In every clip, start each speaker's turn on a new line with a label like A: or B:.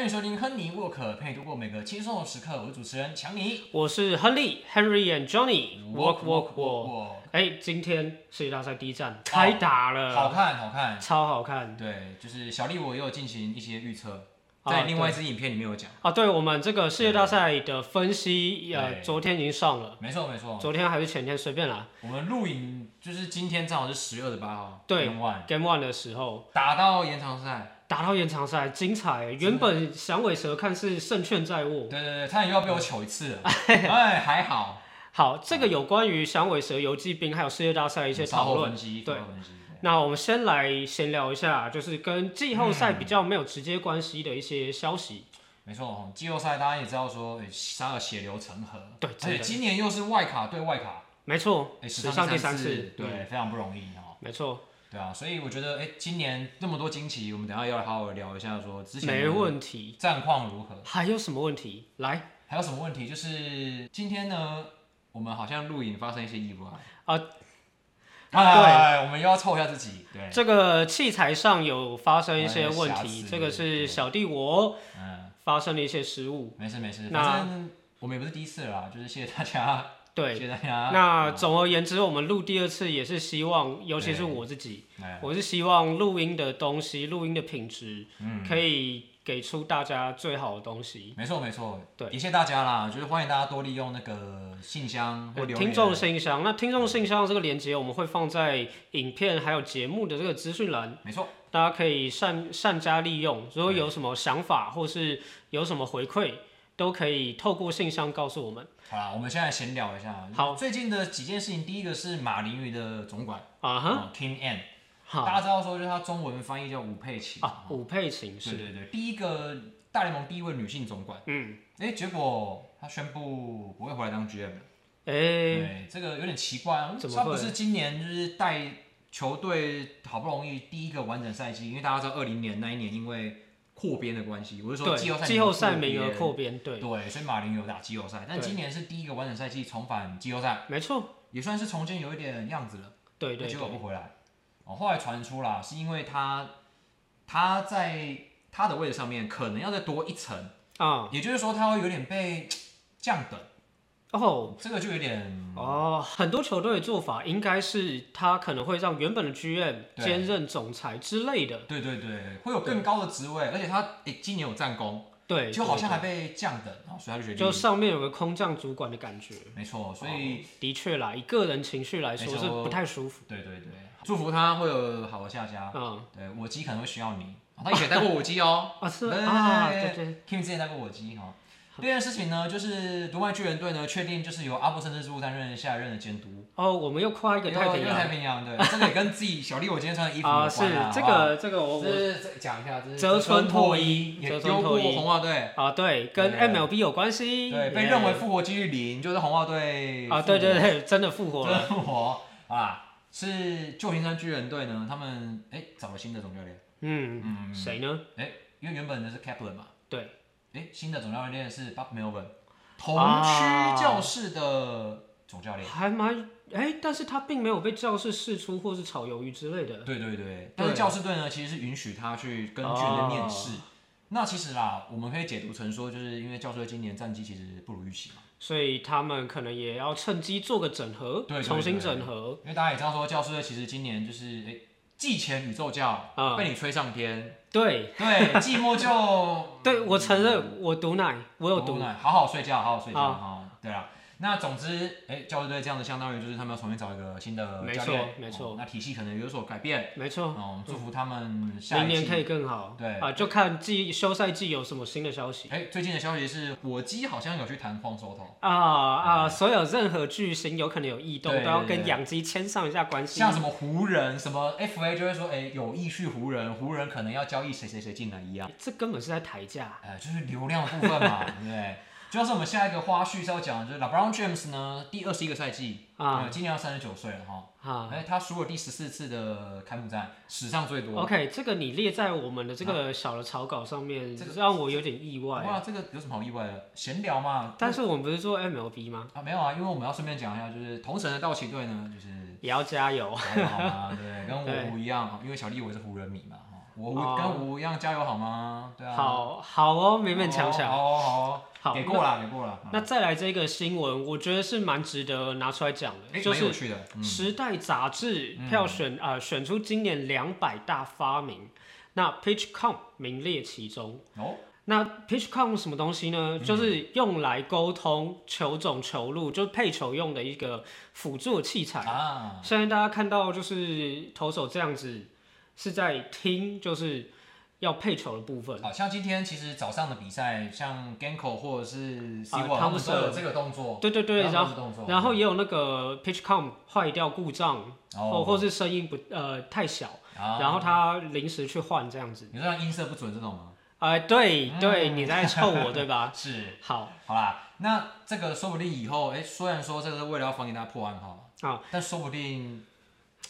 A: 迎收听亨尼沃克，陪你度过每个轻松的时刻。我是主持人强尼。
B: 我是亨利 Henry and Johnny Walk Walk Walk。
A: 我
B: 哎，今天世界大赛第一站开打
A: 好
B: 了，
A: 看，好看。
B: 超好看
A: 对，就是小丽我也有进行一些预测，
B: 啊
A: 在另外一支影片里面有讲。
B: 啊！对我们这个世界大赛的分析，
A: 对哦
B: 呃，昨天已经上了，
A: 没错，没错。
B: 昨天还是前天随便啦。
A: 我们录影就是今天正好是十月二十八号，
B: 对
A: Game One
B: Game One 的时候
A: 打到延长赛，
B: 打到延长赛，精彩！原本响尾蛇看似胜券在握。
A: 对对对，差点又要被我糗一次 了。哎，还好。
B: 好，这个有关于响尾蛇游击兵还有世界大赛的一些
A: 稍
B: 讨
A: 后
B: 论。
A: 分析，
B: 对
A: 稍后分析。
B: 那我们先来闲聊一下，就是跟季后赛比较没有直接关系的一些消息。
A: 没错，哦季后赛大家也知道说，哎，杀了血流成河。
B: 对
A: 而
B: 真的
A: 且今年又是外卡对外卡，
B: 没错，
A: 哎，
B: 史上第三嗯
A: 次，
B: 对，
A: 对，非常不容易哦。
B: 没错，
A: 对啊，所以我觉得，哎，今年那么多惊奇，我们等一下要来好好聊一下，说之前
B: 没
A: 的
B: 问题。
A: 战况如何，
B: 还有什么问题？来
A: 还有什么问题？就是今天呢，我们好像录影发生一些意外
B: 啊，
A: 哎，我们又要凑一下自己，对，
B: 这个器材上有发生一些问
A: 哎瑕
B: 题，
A: 疵
B: 这个是小弟我
A: 嗯，
B: 发生了一些失误。
A: 没事没事，
B: 哦那
A: 反正我们也不是第一次了啦，就是谢谢大家，
B: 对，
A: 谢谢大家。
B: 那总而言之，我们录第二次也是希望，尤其是我自己，
A: 哎
B: 我是希望录音的东西、录音的品质
A: 嗯，
B: 可以给出大家最好的东西。
A: 没错没错，
B: 对
A: 也谢谢大家啦，就是欢迎大家多利用那个信箱或
B: 呃
A: 嗯留言。
B: 听众信箱，那听众信箱这个连接我们会放在影片还有节目的这个资讯栏。
A: 没错，
B: 大家可以善善加利用。如果有什么想法或是有什么回馈，都可以透过信箱告诉我们
A: 好啦，我们现在闲聊一下。
B: 好，
A: 最近的几件事情，第一个是马林鱼的总管
B: 啊哈。
A: 哦 King N，
B: 好
A: 大家知道说就是他中文翻译叫吴佩琪
B: 啊，
A: 哦
B: 武佩琴
A: 对
B: 是
A: 对对，第一个大联盟第一位女性总管，
B: 嗯，
A: 哎，结果她宣布不会回来当 GM 了。
B: 诶，
A: 对，这个有点奇怪啊，
B: 怎么
A: 她
B: 会
A: 不是今年就是带球队好不容易第一个完整赛季，因为大家知道二零年那一年因为扩编的关系，我是说季后赛
B: 对，季后赛名额
A: 编
B: 扩编，对，
A: 对，所以马林有打季后赛，但
B: 对
A: 今年是第一个完整赛季重返季后赛，
B: 没错，
A: 也算是重建有一点样子了。
B: 对对
A: 结果
B: 对，
A: 不回来。哦，后来传出啦，是因为他他在他的位置上面可能要再多一层，
B: 啊，
A: 也就是说他会有点被降等，
B: 哦。
A: 这个就有点
B: 哦，很多球队的做法应该是他可能会让原本的 GM
A: 对
B: 兼任总裁之类的，
A: 对对对，会有更高的职位，而且他诶、今年有战功，
B: 对，
A: 就好像还
B: 对
A: 被降等，然后所以他就决
B: 对就
A: 定。
B: 上面有个空降主管的感觉，
A: 没错，所以、
B: 哦的确啦，以个人情绪来说
A: 没错
B: 是不太舒服，
A: 对对对，祝福他会有好的下家。
B: 嗯，
A: 对，啊我鸡可能会需要你，哦他以前带过我鸡哦，
B: 啊是
A: 对
B: 啊，
A: 对
B: 对
A: 对
B: 对，
A: Kim 之前带过我鸡哈。第二件事情呢，就是独卖巨人队呢，确定就是由阿布森之助担任下一任的监督。
B: 哦，我们又跨一个太
A: 因为
B: 平
A: 因为太
B: 洋
A: 平洋，对， 这个也跟自己小丽我今天穿的衣服有关
B: 啊，是这
A: 好不好
B: 个这个我
A: 这
B: 我
A: 是这讲一下，这是
B: 泽村拓一
A: 也丢
B: 泽村
A: 过
B: 拓一
A: 红袜队，
B: 啊，对，跟
A: 对
B: MLB 有关系，
A: 对，被
B: 耶
A: 认为复活几率零，就是红袜队
B: 啊，
A: 复
B: 对
A: 活
B: 对对，真的复活了，
A: 真复活啊，是旧金山巨人队呢，他们哎找了新的总教练，
B: 嗯，
A: 嗯，
B: 谁呢？
A: 哎，因为原本的是 Kaplan 嘛，
B: 对，
A: 哎，新的总教练是 Bob Melvin，同
B: 啊
A: 区教室的总教练。
B: 还蛮哎，但是他并没有被教室释出或是炒鱿鱼之类的，
A: 对对对，但是教师队呢，其实是允许他去跟巨人队面试。那其实啦，我们可以解读成说，就是因为教师队今年战绩其实不如预期嘛，
B: 所以他们可能也要趁机做个整合
A: 对对，
B: 重新
A: 对
B: 整合，
A: 因为大家也知道说，教师队其实今年就是哎，季前宇宙教、
B: 啊
A: 被你吹上 天，
B: 对
A: 对，季末就
B: 对，我承认我毒奶，我有毒，
A: 奶，哦好好睡觉，好好睡觉
B: 啊
A: 哈。对啦，那总之，哎，教师队这样子，相当于就是他们要重新找一个新的
B: 没
A: 教
B: 错
A: 练，
B: 没
A: 哦
B: 错
A: 那体系可能有所改变，
B: 没错，嗯
A: 哦，祝福他们下一
B: 明年可
A: 季。
B: 以更好，
A: 对
B: 啊，就看季休赛季有什么新的消息。
A: 哎，最近的消息是，火鸡好像有去谈黄手头。
B: 啊啊！所有任何巨星有可能有异动，
A: 对
B: 都要
A: 对对
B: 跟养鸡牵上一下关系。
A: 像什么湖人，什么 FA 就会说，哎、有意去湖人，湖人可能要交易谁谁谁进来一样，
B: 这根本是在抬价。
A: 呃，就是流量部分 嘛，对不对？就像是我们下一个花絮是要讲的，就是 LeBron James 呢，第二十一个赛季
B: 啊
A: 呃今年要三十九岁了哈，
B: 啊
A: 哎、他输了第十四次的开幕战，史上最多。
B: ，OK，这个你列在我们的这个小的草稿上面
A: 这个，
B: 让我有点意外。
A: 哇，这个有什么好意外的？闲聊嘛。
B: 但是我们不是做 MLB 吗？
A: 啊，没有啊，因为我们要顺便讲一下，就是同城的道奇队呢，就是
B: 也要加油。
A: 还好嘛，对，跟
B: 对
A: 我一样，因为小丽我是湖人迷嘛，哈，我吴跟吴一样加油好吗？对啊，
B: 好哦好哦，勉勉强强。
A: 好哦好哦，
B: 好
A: 给过了给过了，
B: 那再来这个新闻，我觉得是蛮值得拿出来讲的，
A: 哎，
B: 就
A: 蛮有
B: 是
A: 趣的，
B: 《时代》杂志票选啊、呃选出今年两百大发明，那 PitchCom 名列其中。
A: 哦，
B: 那 PitchCom 是什么东西呢？就是用来沟通球种、球路，就是配球用的一个辅助器材。
A: 啊，
B: 现在大家看到就是投手这样子是在听，就是要配球的部分。
A: 好像今天其实早上的比赛，像 Ganko 或者是 C
B: 啊
A: o 他们都
B: Thompson
A: 有这个动作，
B: 对对对，然
A: 然
B: 后
A: 后动作，
B: 然后也有那个 PitchCom 坏掉故障，或、
A: 哦哦，
B: 或是声音不呃太小，
A: 啊
B: 然后他临时去换这样子。
A: 你说像音色不准这种吗？
B: 哎、对对，
A: 嗯
B: 你在臭我对吧？
A: 啊 是，
B: 好
A: 好啦，那这个说不定以后，哎，虽然说这个是为了要防止大家破案哈，
B: 啊，
A: 但说不定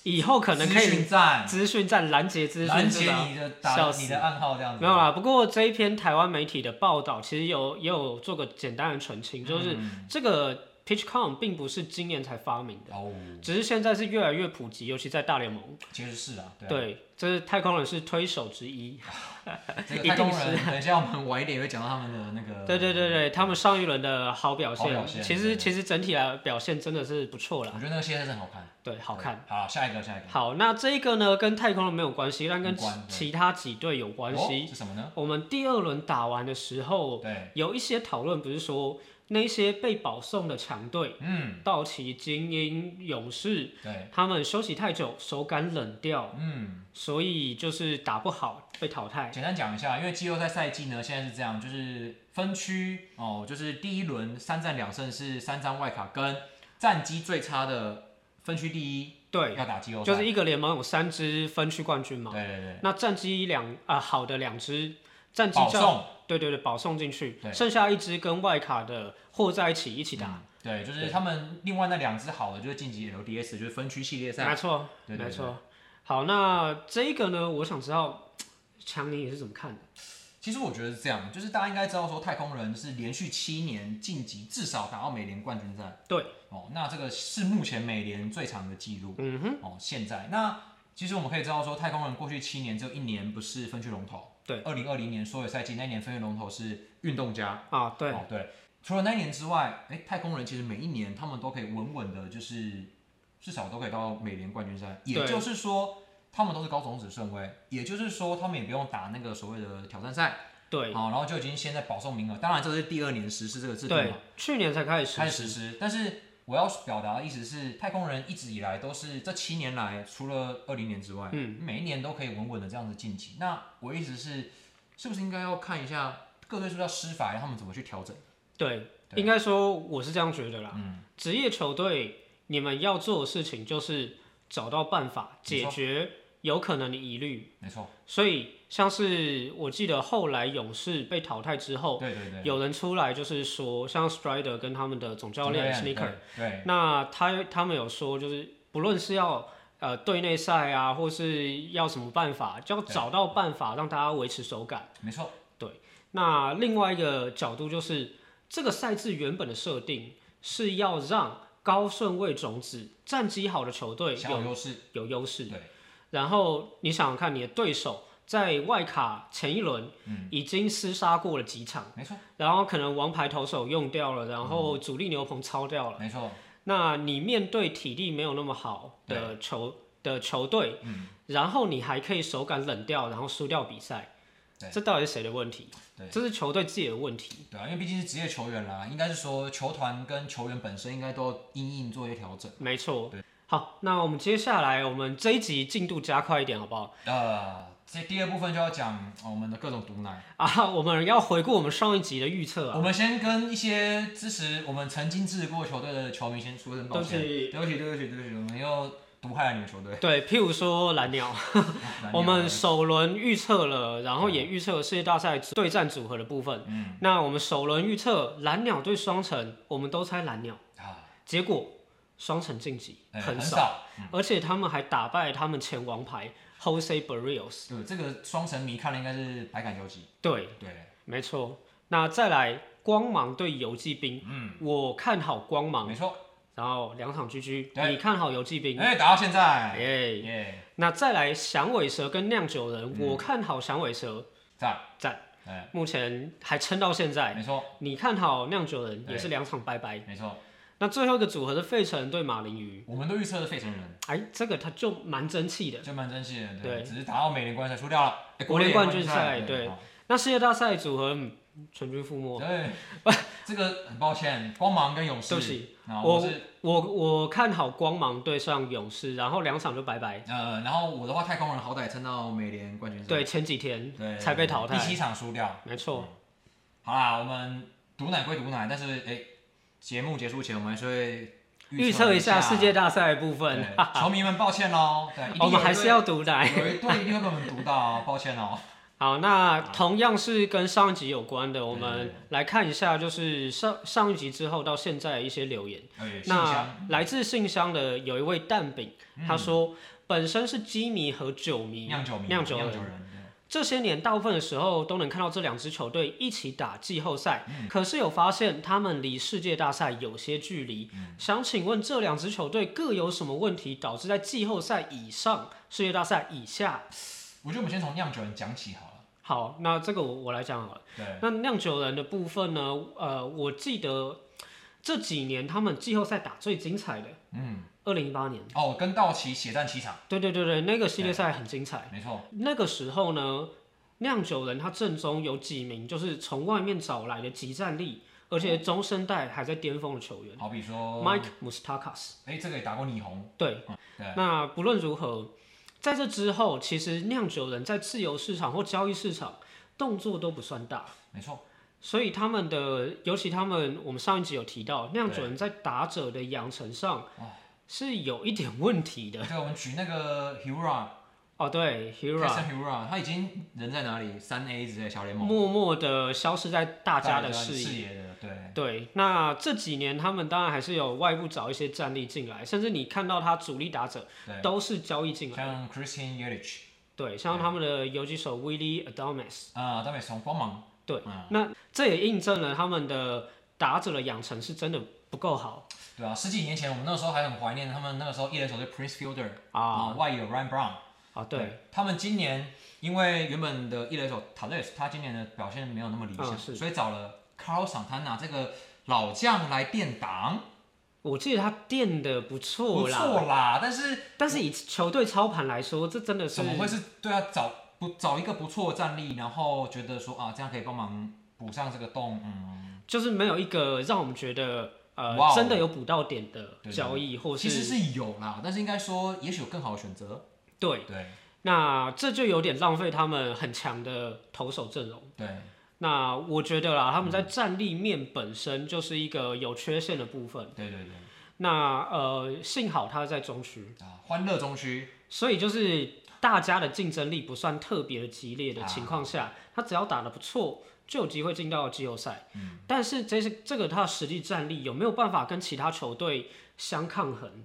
B: 以后可能可
A: 资
B: 以
A: 讯站
B: 资讯站拦截资
A: 拦
B: 讯
A: 截
B: 是吧？
A: 你的打
B: 笑死
A: 你的暗号这样子，
B: 没有啦，不过这一篇台湾媒体的报道其实有也有做个简单的澄
A: 嗯
B: 清，就是这个 PitchCom 并不是今年才发明的。
A: 哦，
B: 只是现在是越来越普及，尤其在大联盟。
A: 其实是啊，对啊，啊
B: 对，这是太空人是推手之一。
A: 这个
B: 一
A: 太空
B: 定是啊
A: 人，等一下我们晚一点会讲到他们的那个，嗯
B: 对对对对，他们上一轮的好表现，
A: 好表现
B: 其
A: 对
B: 实其实整体来表现真的是不错
A: 我
B: 啦。
A: 觉得那个现在是很好看，
B: 对，好看。
A: 对。好，下一个下一个，
B: 好，那这个呢跟太空人没有关系，但跟
A: 无关对
B: 其他几队有关
A: 哦
B: 系。哦
A: 是什么呢？
B: 我们第二轮打完的时候，
A: 对，
B: 有一些讨论，不是说那些被保送的强队，
A: 嗯，
B: 道奇、精英、勇士，
A: 对，
B: 他们休息太久，手感冷掉，
A: 嗯。
B: 所以就是打不好被淘汰。
A: 简单讲一下，因为季后赛赛季呢，现在是这样，就是分区哦，就是第一轮三战两胜是三张外卡，跟战绩最差的分区第一
B: 对，
A: 要打季后赛，
B: 就是一个联盟有三支分区冠军嘛，嗯
A: 对对对，
B: 那战绩两啊、好的两支战绩
A: 保
B: 较
A: 送
B: 对对对保送进去，
A: 对
B: 剩下一支跟外卡的和在一起一起打，
A: 嗯对，就是他们另外那两支好的就是晋级 LDS，就是分区系列赛，
B: 没错
A: 对对对
B: 没错。好，那这个呢，我想知道强尼你是怎么看的？
A: 其实我觉得是这样，就是大家应该知道说，太空人是连续七年晋级，至少打到美联冠军战。
B: 对，
A: 哦，那这个是目前美联最长的记录。嗯哼，哦，现在那其实我们可以知道说，太空人过去七年只有一年不是分区龙头。
B: 对，
A: 二零二零年所有赛季那一年分区龙头是运动家。
B: 啊，对，
A: 哦对，除了那一年之外，哎，太空人其实每一年他们都可以稳稳的，就是至少都可以到美联冠军赛，也
B: 对
A: 就是说。他们都是高种子顺位，也就是说，他们也不用打那个所谓的挑战赛，
B: 对
A: 好，然后就已经先在保送名额。当然，这是第二年实施这个制度
B: 对
A: 嘛，，
B: 去年才开始
A: 开
B: 实
A: 始
B: 施，
A: 实施。但是我要表达的意思是，太空人一直以来都是这七年来，除了二零年之外，嗯，每一年都可以稳稳的这样子晋级。那我意思是，是不是应该要看一下各队是不是要施法，他们怎么去调整？
B: 对，
A: 对嗯
B: 应该说我是这样觉得啦。职业球队你们要做的事情就是找到办法
A: 没哦
B: 解决有可能的疑虑。
A: 没错，
B: 所以像是我记得后来勇士被淘汰之后，
A: 对对对，
B: 有人出来就是说，像 Strider 跟他们的总教练 Sneaker，啊
A: 对，对
B: 那他他们有说就是不论是要呃队内赛啊，或是要什么办法，就要找到办法让大家维持手感。
A: 没错，
B: 那另外一个角度就是，这个赛制原本的设定是要让高顺位种子战绩好的球队
A: 小有优势，
B: 有优势。
A: 对
B: 然后你想想看，你的对手在外卡前一轮已经厮杀过了几场，
A: 没错，
B: 然后可能王牌投手用掉了，然后主力牛棚超掉了。
A: 没错，
B: 那你面对体力没有那么好的球的球队，然后你还可以手感冷掉，然后输掉比赛
A: 对，
B: 这到底是谁的问题
A: 对？
B: 这是球队自己的问题。
A: 对啊，因为毕竟是职业球员啦，应该是说球团跟球员本身应该都要因应做一些调整。
B: 没错
A: 对。
B: 好，那我们接下来我们这一集进度加快一点好不好？
A: 呃，这第二部分就要讲呃我们的各种毒奶。
B: 啊，我们要回顾我们上一集的预测啊
A: 我。们先跟一些支持我们曾经支持过球队的球迷先说声抱歉，
B: 对
A: 对不起，对不起，对不起，我们又毒害了你们 球队。啊
B: 对，譬如说蓝 鸟，
A: 难
B: 我
A: 免
B: 们首轮预测了，然后也
A: 嗯
B: 预测了世界大赛对战组合的部分。嗯，那我们首轮预测蓝鸟对双城，我们都猜蓝鸟，
A: 啊，
B: 结果双城晋级
A: 哎
B: 很
A: 很
B: 少，
A: 少。
B: 而且他们还打败他们前王牌 Jose Barrios。
A: 对，这个双神迷看了应该是百感交集。
B: 对，
A: 对，
B: 没错。那再来光芒对游击兵，嗯，我看好光芒，
A: 没错，
B: 然后两场 GG，
A: 对
B: 你看好游骑兵，
A: 哎、打到现在，
B: 耶、
A: 耶，
B: 那再来响尾蛇跟酿酒人，我看好响尾蛇，
A: 赞
B: 赞，
A: 嗯哎，
B: 目前还撑到现在。
A: 没错，
B: 你看好酿酒人
A: 对
B: 也是两场拜拜。
A: 没错，
B: 那最后一个组合是费城对马林鱼，
A: 我们都预测的费城人，
B: 哎，这个他就蛮争气的。
A: 就蛮珍惜的，
B: 对
A: 只是打到美联冠赛输掉了，哎
B: 国联冠军赛对
A: 对，好
B: 那世界大赛组合嗯全军覆没，
A: 对， 这个很抱歉，光芒跟勇士，
B: 对不起，
A: 然
B: 我
A: 后是
B: 我我看好光芒对上勇士，然后两场就拜拜。
A: 呃，然后我的话，太空人好歹撑到美联冠军赛，
B: 对，前几天
A: 对，
B: 嗯才被淘
A: 第
B: 汰，
A: 七场输掉。
B: 没错，
A: 好啦，我们毒奶归毒奶，但是哎，节目结束前我们还是会
B: 预测一下世界大赛的部分
A: 对，球迷们抱歉喽，对，一定
B: 我们还是要独
A: 有一
B: 来。
A: 队有一队一定会被我们毒到哦，抱歉哦。
B: 好，那同样是跟上一集有关的，我
A: 对
B: 们来看一下，就是上上一集之后到现在的一些留言。
A: 哎，信箱，嗯
B: 那来自信箱的有一位蛋饼，他说本身是鸡迷和酒迷，
A: 酿酒迷，
B: 酿
A: 酿
B: 酒
A: 酒
B: 人
A: 人，
B: 这些年大部分的时候都能看到这两支球队一起打季后赛，
A: 嗯
B: 可是有发现他们离世界大赛有些距离。
A: 嗯
B: 想请问这两支球队各有什么问题，导致在季后赛以上、世界大赛以下？
A: 我觉得我们先从酿酒人讲起好了。
B: 好，那这个我我来讲好了。
A: 对，
B: 那酿酒人的部分呢？呃，我记得这几年他们季后赛打最精彩的，
A: 嗯，
B: 二零一八年，
A: 哦，跟道奇血战七场，
B: 对对对对，那个系列赛很精彩。
A: 没错，
B: 那个时候呢，酿酒人他阵中有几名就是从外面找来的集战力，而且中生代还在巅峰的球员、
A: 好比说
B: m i k e Mustakas。
A: 哎，这个也打过霓虹，
B: 对，
A: 哦对，
B: 那不论如何，在这之后，其实酿酒人在自由市场或交易市场动作都不算大。
A: 没错，
B: 所以他们的，尤其他们，我们上一集有提到，酿酒人在打者的养成上
A: 哦
B: 是有一点问题的。
A: 对，我们举那个 Hura，
B: 哦，对
A: h
B: ，Hira
A: Hura，他已经人在哪里？三 A 之类小联盟，
B: 默默的消失在大家的视野。
A: 视野的，对，
B: 对，那这几年他们当然还是有外部找一些战力进来，甚至你看到他主力打者
A: 对
B: 都是交易进来。
A: 像 Christian Yelich
B: 对，像他们的游击手 Willie Adames，
A: 啊、大美从光芒，
B: 对，
A: 嗯
B: 那这也印证了他们的打者的养成是真的不够好
A: 对啊，十几年前我们那时候还很怀念他们那个时候一人手队 Prince Fielder
B: 啊
A: 啊、外野有 Ryan Brown，
B: 啊。对，
A: 他们今年因为原本的一垒手 t a l e s 他今年的表现没有那么理想，
B: 嗯是
A: 所以找了 Carl Santana 这个老将来垫档，
B: 我记得他垫的不
A: 不
B: 错啦，
A: 错啦，但是
B: 但是以球队操盘来说，这真的是
A: 怎么会是对啊？找不找一个不错的战力，然后觉得说啊，这样可以帮忙补上这个洞，嗯，
B: 就是没有一个让我们觉得呃、
A: 哇哦
B: 真的有补到点的
A: 对对
B: 交易，或
A: 其实
B: 是
A: 是有啦，但是应该说也许有更好的选择，
B: 对，
A: 对
B: 那这就有点浪费他们很强的投手阵容。
A: 对，
B: 那我觉得啦，他们在战力面本身就是一个有缺陷的部分。
A: 对对对
B: 那呃，幸好他在中区，
A: 啊，欢乐中区，
B: 所以就是大家的竞争力不算特别的激烈的
A: 啊
B: 情况下，他只要打得不错，就有机会进到季后赛。但是这是这个他的实力战力有没有办法跟其他球队相抗衡，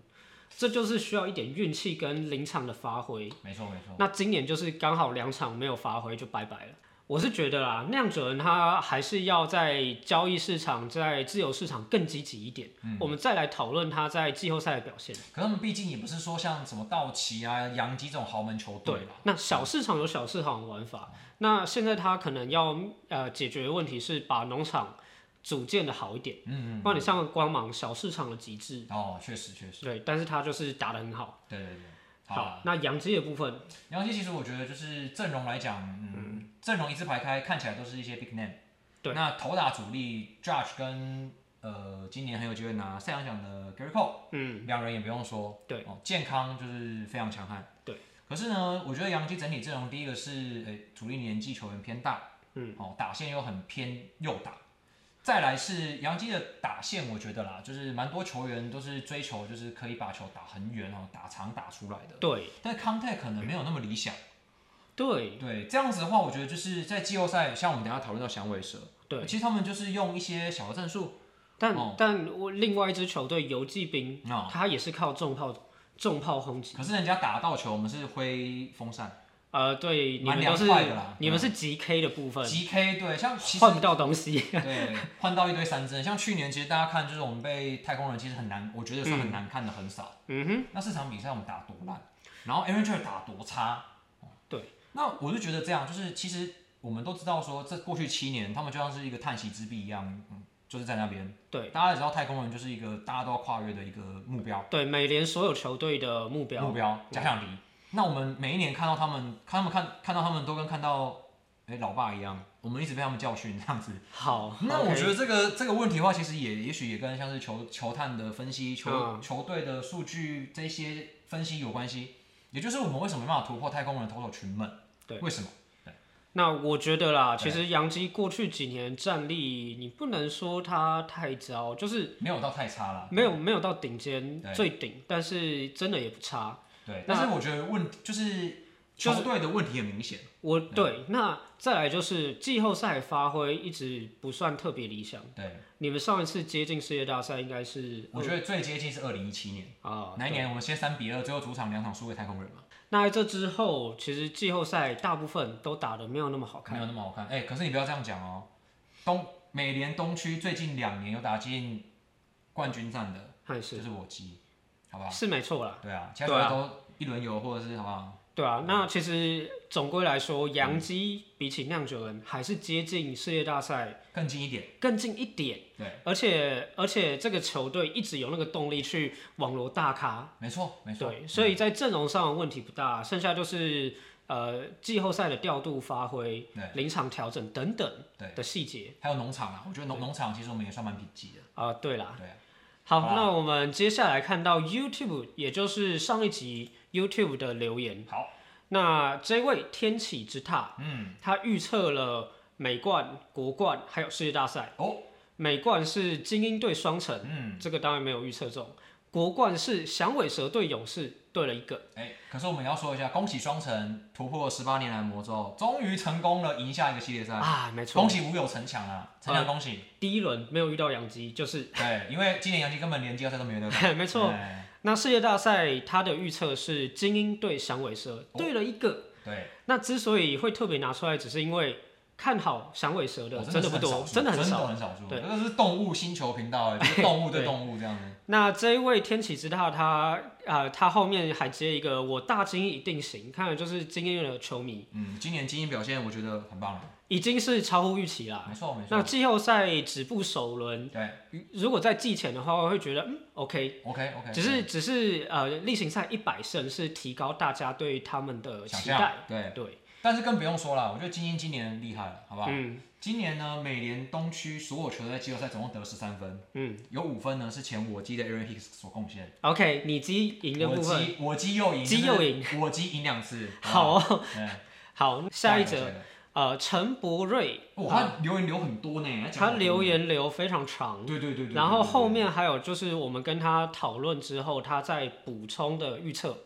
B: 这就是需要一点运气跟临场的发挥。
A: 没错没错，
B: 那今年就是刚好两场没有发挥就拜拜了。我是觉得啦，酿酒人他还是要在交易市场、在自由市场更积极一点。
A: 嗯
B: 我们再来讨论他在季后赛的表现。
A: 可他们毕竟也不是说像什么道奇啊、洋基这种豪门球队
B: 对
A: 啦，，
B: 那小市场有小市场的玩法，那现在他可能要呃解决的问题是把农场组建的好一点，
A: 嗯
B: 不然你像光芒小市场的极致，
A: 嗯，哦，确实确实，啊
B: 对，但是他就是打得很好。
A: 对对对，好啦。
B: 那养鸡的部分，
A: 洋基其实我觉得就是阵容来讲，嗯，阵容一字排开，看起来都是一些 big name。
B: 对
A: 那头打主力 Judge 跟呃，今年很有机会拿赛扬奖的 Gary Cole，
B: 嗯，
A: 两人也不用说，
B: 对
A: 哦，健康就是非常强悍。
B: 对，
A: 可是呢，我觉得洋基整体阵容，第一个是诶主力年纪球员偏大，嗯，哦，打线又很偏右打。再来是洋基的打线，我觉得啦，就是蛮多球员都是追求就是可以把球打很远哦，打长打出来的。
B: 对
A: 但 contact 可能没有那么理想。
B: 对
A: 对，这样子的话，我觉得就是在季后赛，像我们等一下讨论到响尾蛇，呃
B: 对，
A: 其实他们就是用一些小的战术，
B: 但、
A: 哦
B: 但我另外一支球队游击兵，
A: 哦
B: 他也是靠重炮重炮轰击，
A: 可是人家打到球，我们是挥风扇，
B: 呃，对，你
A: 蛮
B: 们都
A: 凉
B: 是
A: 快的啦
B: 你们是 GK 的部分，
A: GK 对， 像其实
B: 换不到东西。
A: 对换到一堆三针，像去年其实大家看就是我们被太空人其实很难，我觉得算很难看的很少。
B: 嗯哼，
A: 那四场比赛我们打多烂，然后 Aaron j e r 打多差。哦
B: 对，
A: 那我就觉得这样，就是其实我们都知道说，这过去七年他们就像是一个叹息之壁一样，嗯，就是在那边。
B: 对
A: 大家也知道太空人就是一个大家都要跨越的一个目标
B: 对，美联所有球队的目标，
A: 目标假想敌。那我们每一年看到他们，看他们看看到他们都跟看到哎、老爸一样，我们一直被他们教训这样子。
B: 好，
A: 那
B: OK
A: 我觉得这个这个问题的话，其实也也许也跟像是球球探的分析、球、
B: 嗯
A: 球队的数据这些分析有关系。也就是我们为什么没办法突破太空人的投手群们，
B: 对
A: 为什么？
B: 那我觉得啦，
A: 对
B: 其实杨基过去几年战力，你不能说他太糟，就是
A: 没有到太差了，
B: 没有没有到顶尖
A: 对
B: 最顶，但是真的也不差。
A: 对。
B: 那
A: 但是我觉得问就是
B: 就
A: 球队的问题很明显，
B: 我对，那再来就是季后赛发挥一直不算特别理想。
A: 对，
B: 你们上一次接近世界大赛应该是
A: 我觉得最接近是二零一七年，
B: 啊，
A: 嗯那一年我们先三比二，最后主场两场输给太空人嘛，
B: 那在这之后，其实季后赛大部分都打得没有那么好
A: 没
B: 看。
A: 有那么好看。哎、可是你不要这样讲哦，东美联东区最近两年有打进冠军战的，
B: 还是
A: 就是我鸡，好不好？
B: 是没错啦，
A: 对啊，其他
B: 对啊
A: 球队都一轮游或者是好不好？
B: 对啊。那其实总归来说，杨
A: 嗯
B: 基比起酿酒人还是接近世界大赛
A: 更近一点，
B: 更近一点，
A: 对，
B: 而且而且这个球队一直有那个动力去网罗大咖，
A: 没错没错，
B: 啊
A: 嗯
B: 对，所以在阵容上问题不大，剩下就是呃季后赛的调度发挥、临场调整等等
A: 对
B: 的细节
A: 还有农场啊，我觉得农农场其实我们也算蛮笔记的，
B: 啊、对啦，
A: 对啊
B: 好，
A: 好啦
B: 那我们接下来看到 YouTube，也就是上一集 YouTube 的留言。
A: 好，
B: 那这位天启之塔，
A: 嗯，
B: 他预测了美冠、国冠还有世界大赛。
A: 哦，
B: 美冠是精英对双城，
A: 嗯，
B: 这个当然没有预测中。国冠是响尾蛇对勇士，对了一个。
A: 哎、可是我们也要说一下，恭喜双城突破十八年来魔咒，终于成功了，赢下一个系列赛，
B: 啊，没错
A: 恭，喜吴有城墙啊，城墙恭喜，
B: 第一轮没有遇到杨基，就是
A: 对，因为今年杨基根本连季后赛都没有得打，
B: 没错。
A: 哎
B: 那世界大赛他的预测是精英对响尾蛇，
A: 哦
B: 对了一个。
A: 对，
B: 那之所以会特别拿出来，只是因为看好响尾蛇的
A: 我
B: 真的
A: 是
B: 不
A: 很少
B: 多，
A: 数
B: 真的很
A: 哦真
B: 少。
A: 的很哦少数，
B: 对
A: 这个是动物星球频 道、哎，就是动物对
B: 对
A: 动物这样子，
B: 那这一位天启之大，他啊、呃他后面还接一个“我大精英一定行”，看来就是精英的球迷
A: 嗯，今年精英表现我觉得很棒了，
B: 已经是超乎预期啦。
A: 没哦错没错
B: 那，季后赛止步首轮，嗯
A: 对
B: 如果在季前的话，我会觉得嗯 OK，
A: ，OK OK，
B: 只是只是呃例行赛一百胜是提高大家对他们的
A: 想
B: 呃期
A: 象
B: 待，，
A: 对。
B: 对，
A: 但是更不用说了，我觉得精英今年厉害了，好不好？
B: 嗯
A: 今年呢，美联东区所有球队在季后赛总共得十三分，
B: 嗯
A: 有五分呢是前我鸡的 Aaron Hicks 所贡献。
B: ，OK，你鸡赢的
A: 我
B: 部分
A: 鸡我鸡又赢，
B: 鸡又赢，
A: 我鸡赢两 次。
B: 好
A: 不
B: 哦，
A: 好，嗯
B: 好，下一
A: 个
B: 则
A: 个
B: 呃陈柏瑞，
A: 哇，他留言留很多呢，讲
B: 他
A: 很多
B: 留，言留非常长。
A: 对对对对，
B: 然后
A: 对对对
B: 后面还有就是我们跟他讨论之后，他再补充的预测。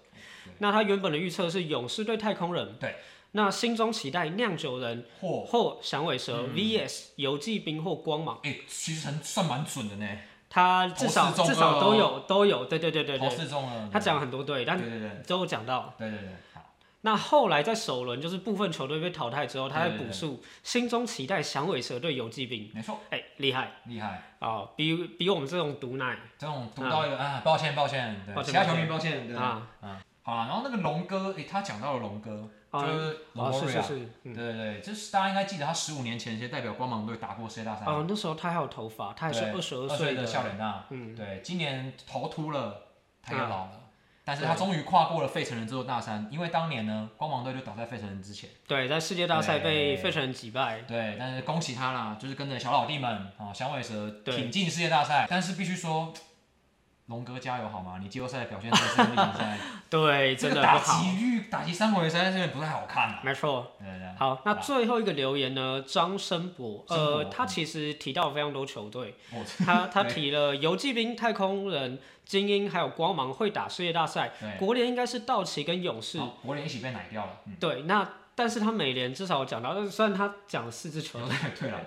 B: 那他原本的预测是勇士对太空人，
A: 对，
B: 那心中期待酿酒人
A: 嚯，
B: 或响尾蛇
A: 嗯
B: VS 游骑兵或光芒，
A: 哎，其实很算蛮准的呢，
B: 他至少
A: 投四中二哦
B: 至少都有都有，对对对对
A: 投
B: 对，
A: 四中了，
B: 他讲了很多对，
A: 对
B: 但哦
A: 对对对
B: 都有讲到。
A: 对对对，好
B: 那后来在首轮就是部分球队被淘汰之后，他在
A: 对对
B: 补数，心中期待响尾蛇对游骑兵，
A: 没错，
B: 哎，厉害
A: 厉害，
B: 哦，比比我们这种毒奶
A: 这种读到一个啊，抱歉抱歉，对
B: 嗯抱，歉
A: 其他
B: 抱
A: 球
B: 歉
A: 迷抱歉，对。
B: 啊，
A: 好啦，然后那个龙哥，诶、他讲到了龙哥，
B: 啊
A: 就是龙
B: 哦，
A: 哥
B: 是
A: 瑞
B: 是
A: 啊，
B: 是，
A: 对对对，就是大家应该记得他十五年前其实代表光芒队打过世界大赛，
B: 哦，那时候他还有头发，他还是
A: 对
B: 二十二
A: 22岁
B: 的，
A: 笑脸娜，
B: 嗯，
A: 对，今年头秃了，他也
B: 啊
A: 老了，但是他终于跨过了费城人之后大山，因为当年呢，光芒队就倒在费城人之前，
B: 对，在世界大赛被
A: 对
B: 费城人击败，
A: 对，但是恭喜他啦，就是跟着小老弟们啊，响尾蛇
B: 对
A: 挺进世界大赛，但是必须说，龙哥加油好吗？你季后赛的表现真的是跟例行 赛
B: 对，
A: 这
B: 哎真的
A: 个
B: 不
A: 打
B: 好，
A: 击率、打击三回实在是有点不太好看啊，
B: 没错，
A: 对对对。啊
B: 好，那最后一个留言呢？张申博，
A: 申
B: 呃，
A: 博
B: 他其实提到了非常多 球队，
A: 我
B: 他他
A: 对
B: 提了游骑兵、太空人、精英，还有光芒会打世界大赛。
A: 对，
B: 国联应哎该是道奇跟勇士，
A: 好国联一起被奶掉了，嗯，
B: 对，那但是他美联至少有讲到，呃虽然他讲了四支球
A: 球
B: 队，
A: 队退了，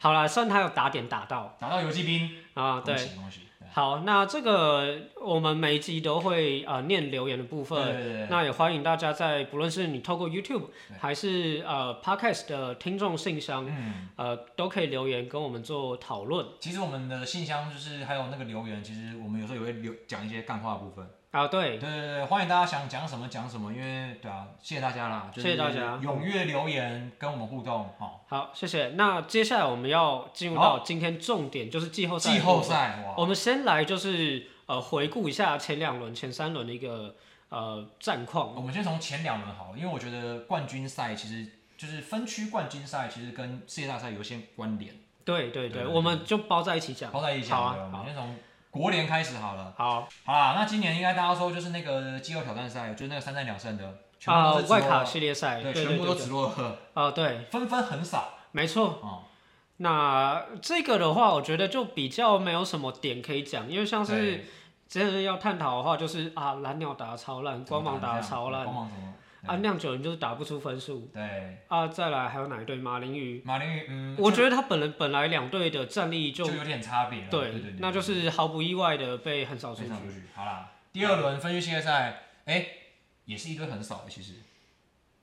B: 好啦，算他有打点打到
A: 打到游击兵，
B: 啊，
A: 恭
B: 对，
A: 喜恭喜，对
B: 好，那这个我们每一集都会呃念留言的部分，
A: 对对对
B: 那也欢迎大家在不论是你透过 YouTube 还是呃 Podcast 的听众信箱，
A: 嗯
B: 呃都可以留言跟我们做讨论
A: 其实我们的信箱就是还有那个留言，其实我们有时候也会留讲一些干话的部分。
B: 啊。
A: 对，
B: 对
A: 对对，欢迎大家想讲什么讲什么，因为对啊，谢谢大家啦，就是
B: 谢谢大家
A: 踊跃留言跟我们互动哦。
B: 好，谢谢。那接下来我们要进入到今天重点，就是季后赛。
A: 季后，赛哇，
B: 我们先来就是呃回顾一下前两轮、前三轮的一个呃战况。
A: 我们先从前两轮好了，因为我觉得冠军赛其实就是分区冠军赛，其实跟世界大赛有些关联，
B: 对
A: 对对
B: 对对，
A: 对
B: 我们就包在一起讲。
A: 包在一起讲
B: 好啊
A: 的。我
B: 好
A: 们先从国联开始好了。
B: 好，
A: 好啦，那今年应该大家说就是那个季后挑战赛，就是那个三战两胜的，全部
B: 啊、
A: 都是直
B: 外
A: 落
B: 卡系列赛，对
A: 对，
B: 对
A: 全部都
B: 对
A: 直落二，
B: 啊、对，
A: 分分很少
B: 没错。
A: 哦。
B: 那这个的话，我觉得就比较没有什么点可以讲，因为像是
A: 对
B: 真的要探讨的话，就是啊，蓝鸟打得超烂，光芒打得超烂，
A: 光芒怎么？
B: 啊，酿酒人就是打不出分数
A: 对，
B: 啊。再来还有哪一队？马林鱼，
A: 马林鱼，嗯，
B: 我觉得他本人本来两队的战力
A: 就
B: 就
A: 有点差别了。对对对，
B: 那就是毫不意外的被横扫出
A: 非
B: 局
A: 常。出局。好啦，第二轮分区系列赛，哎，也是一堆很少的，其实。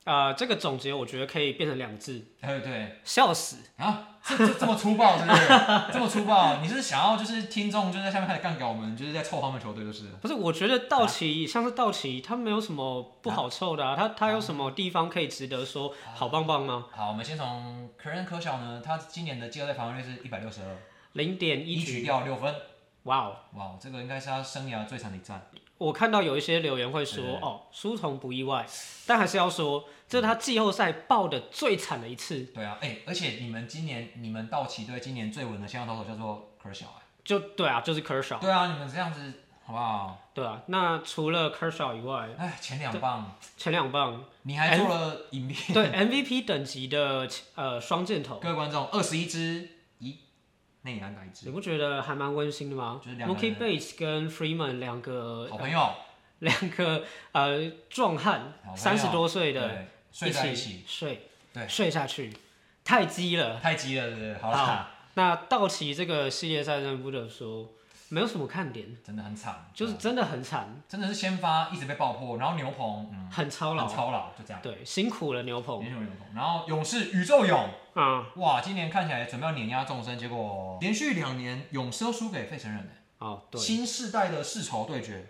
B: 啊、这个总结我觉得可以变成两字，
A: 哎，对，
B: 笑死。
A: 啊，这这这么粗暴是不是？ 这么粗暴，你是想要就是听众就是在下面开始干掉我们，就是在凑他们球队就是。啊
B: 不是，我觉得道奇、像是道奇，他没有什么不好凑的啊，他他有什么地方可以值得说
A: 啊
B: 好棒棒吗？
A: 好，我们先从科恩科小呢，他今年的季后赛防御率是一百六十二，
B: 零点一
A: 一
B: 局，
A: 局掉六分，
B: 哇哦！
A: 哇，这个应该是他生涯最长的一战。
B: 我看到有一些留言会说，
A: 对对
B: 哦，书童不意外，但还是要说，这是他季后赛爆的最惨的一次，
A: 对啊，哎、而且你们今年你们道奇队今年最稳的先发投手叫做科小、
B: 就对啊，就是 Kershaw，
A: 对啊，你们这样子好不好？
B: 对啊。那除了 Kershaw 以外，
A: 哎，前两棒
B: 前两 棒
A: 你还做
B: 哎
A: 了影片，
B: 对 MVP 等级的呃双箭头，
A: 各位观众，二十一支一内安打一支，
B: 你不觉得还蛮温馨的吗
A: 就是两个人
B: ？Mookie Bates 跟 Freeman 两个
A: 好朋友，
B: 两个呃壮汉，
A: 好朋
B: 三
A: 友
B: 十多岁的
A: 对，睡在一起。
B: 起睡，
A: 对
B: 睡下去，太激了。
A: 太急了，对不对？好啦，
B: 那道奇这个系列赛真的不得不说，没有什么看点，
A: 真的很惨，
B: 就是真的很惨，
A: 真的是先发一直被爆破，然后牛棚嗯
B: 很操劳。
A: 很操劳，就这样，
B: 对，辛苦了牛棚
A: 连续牛棚，然后勇士宇宙勇，
B: 啊
A: 哇，今年看起来准备要碾压众生，结果连续两年勇士都输给费城人，
B: 哦，对，
A: 新世代的世仇对决，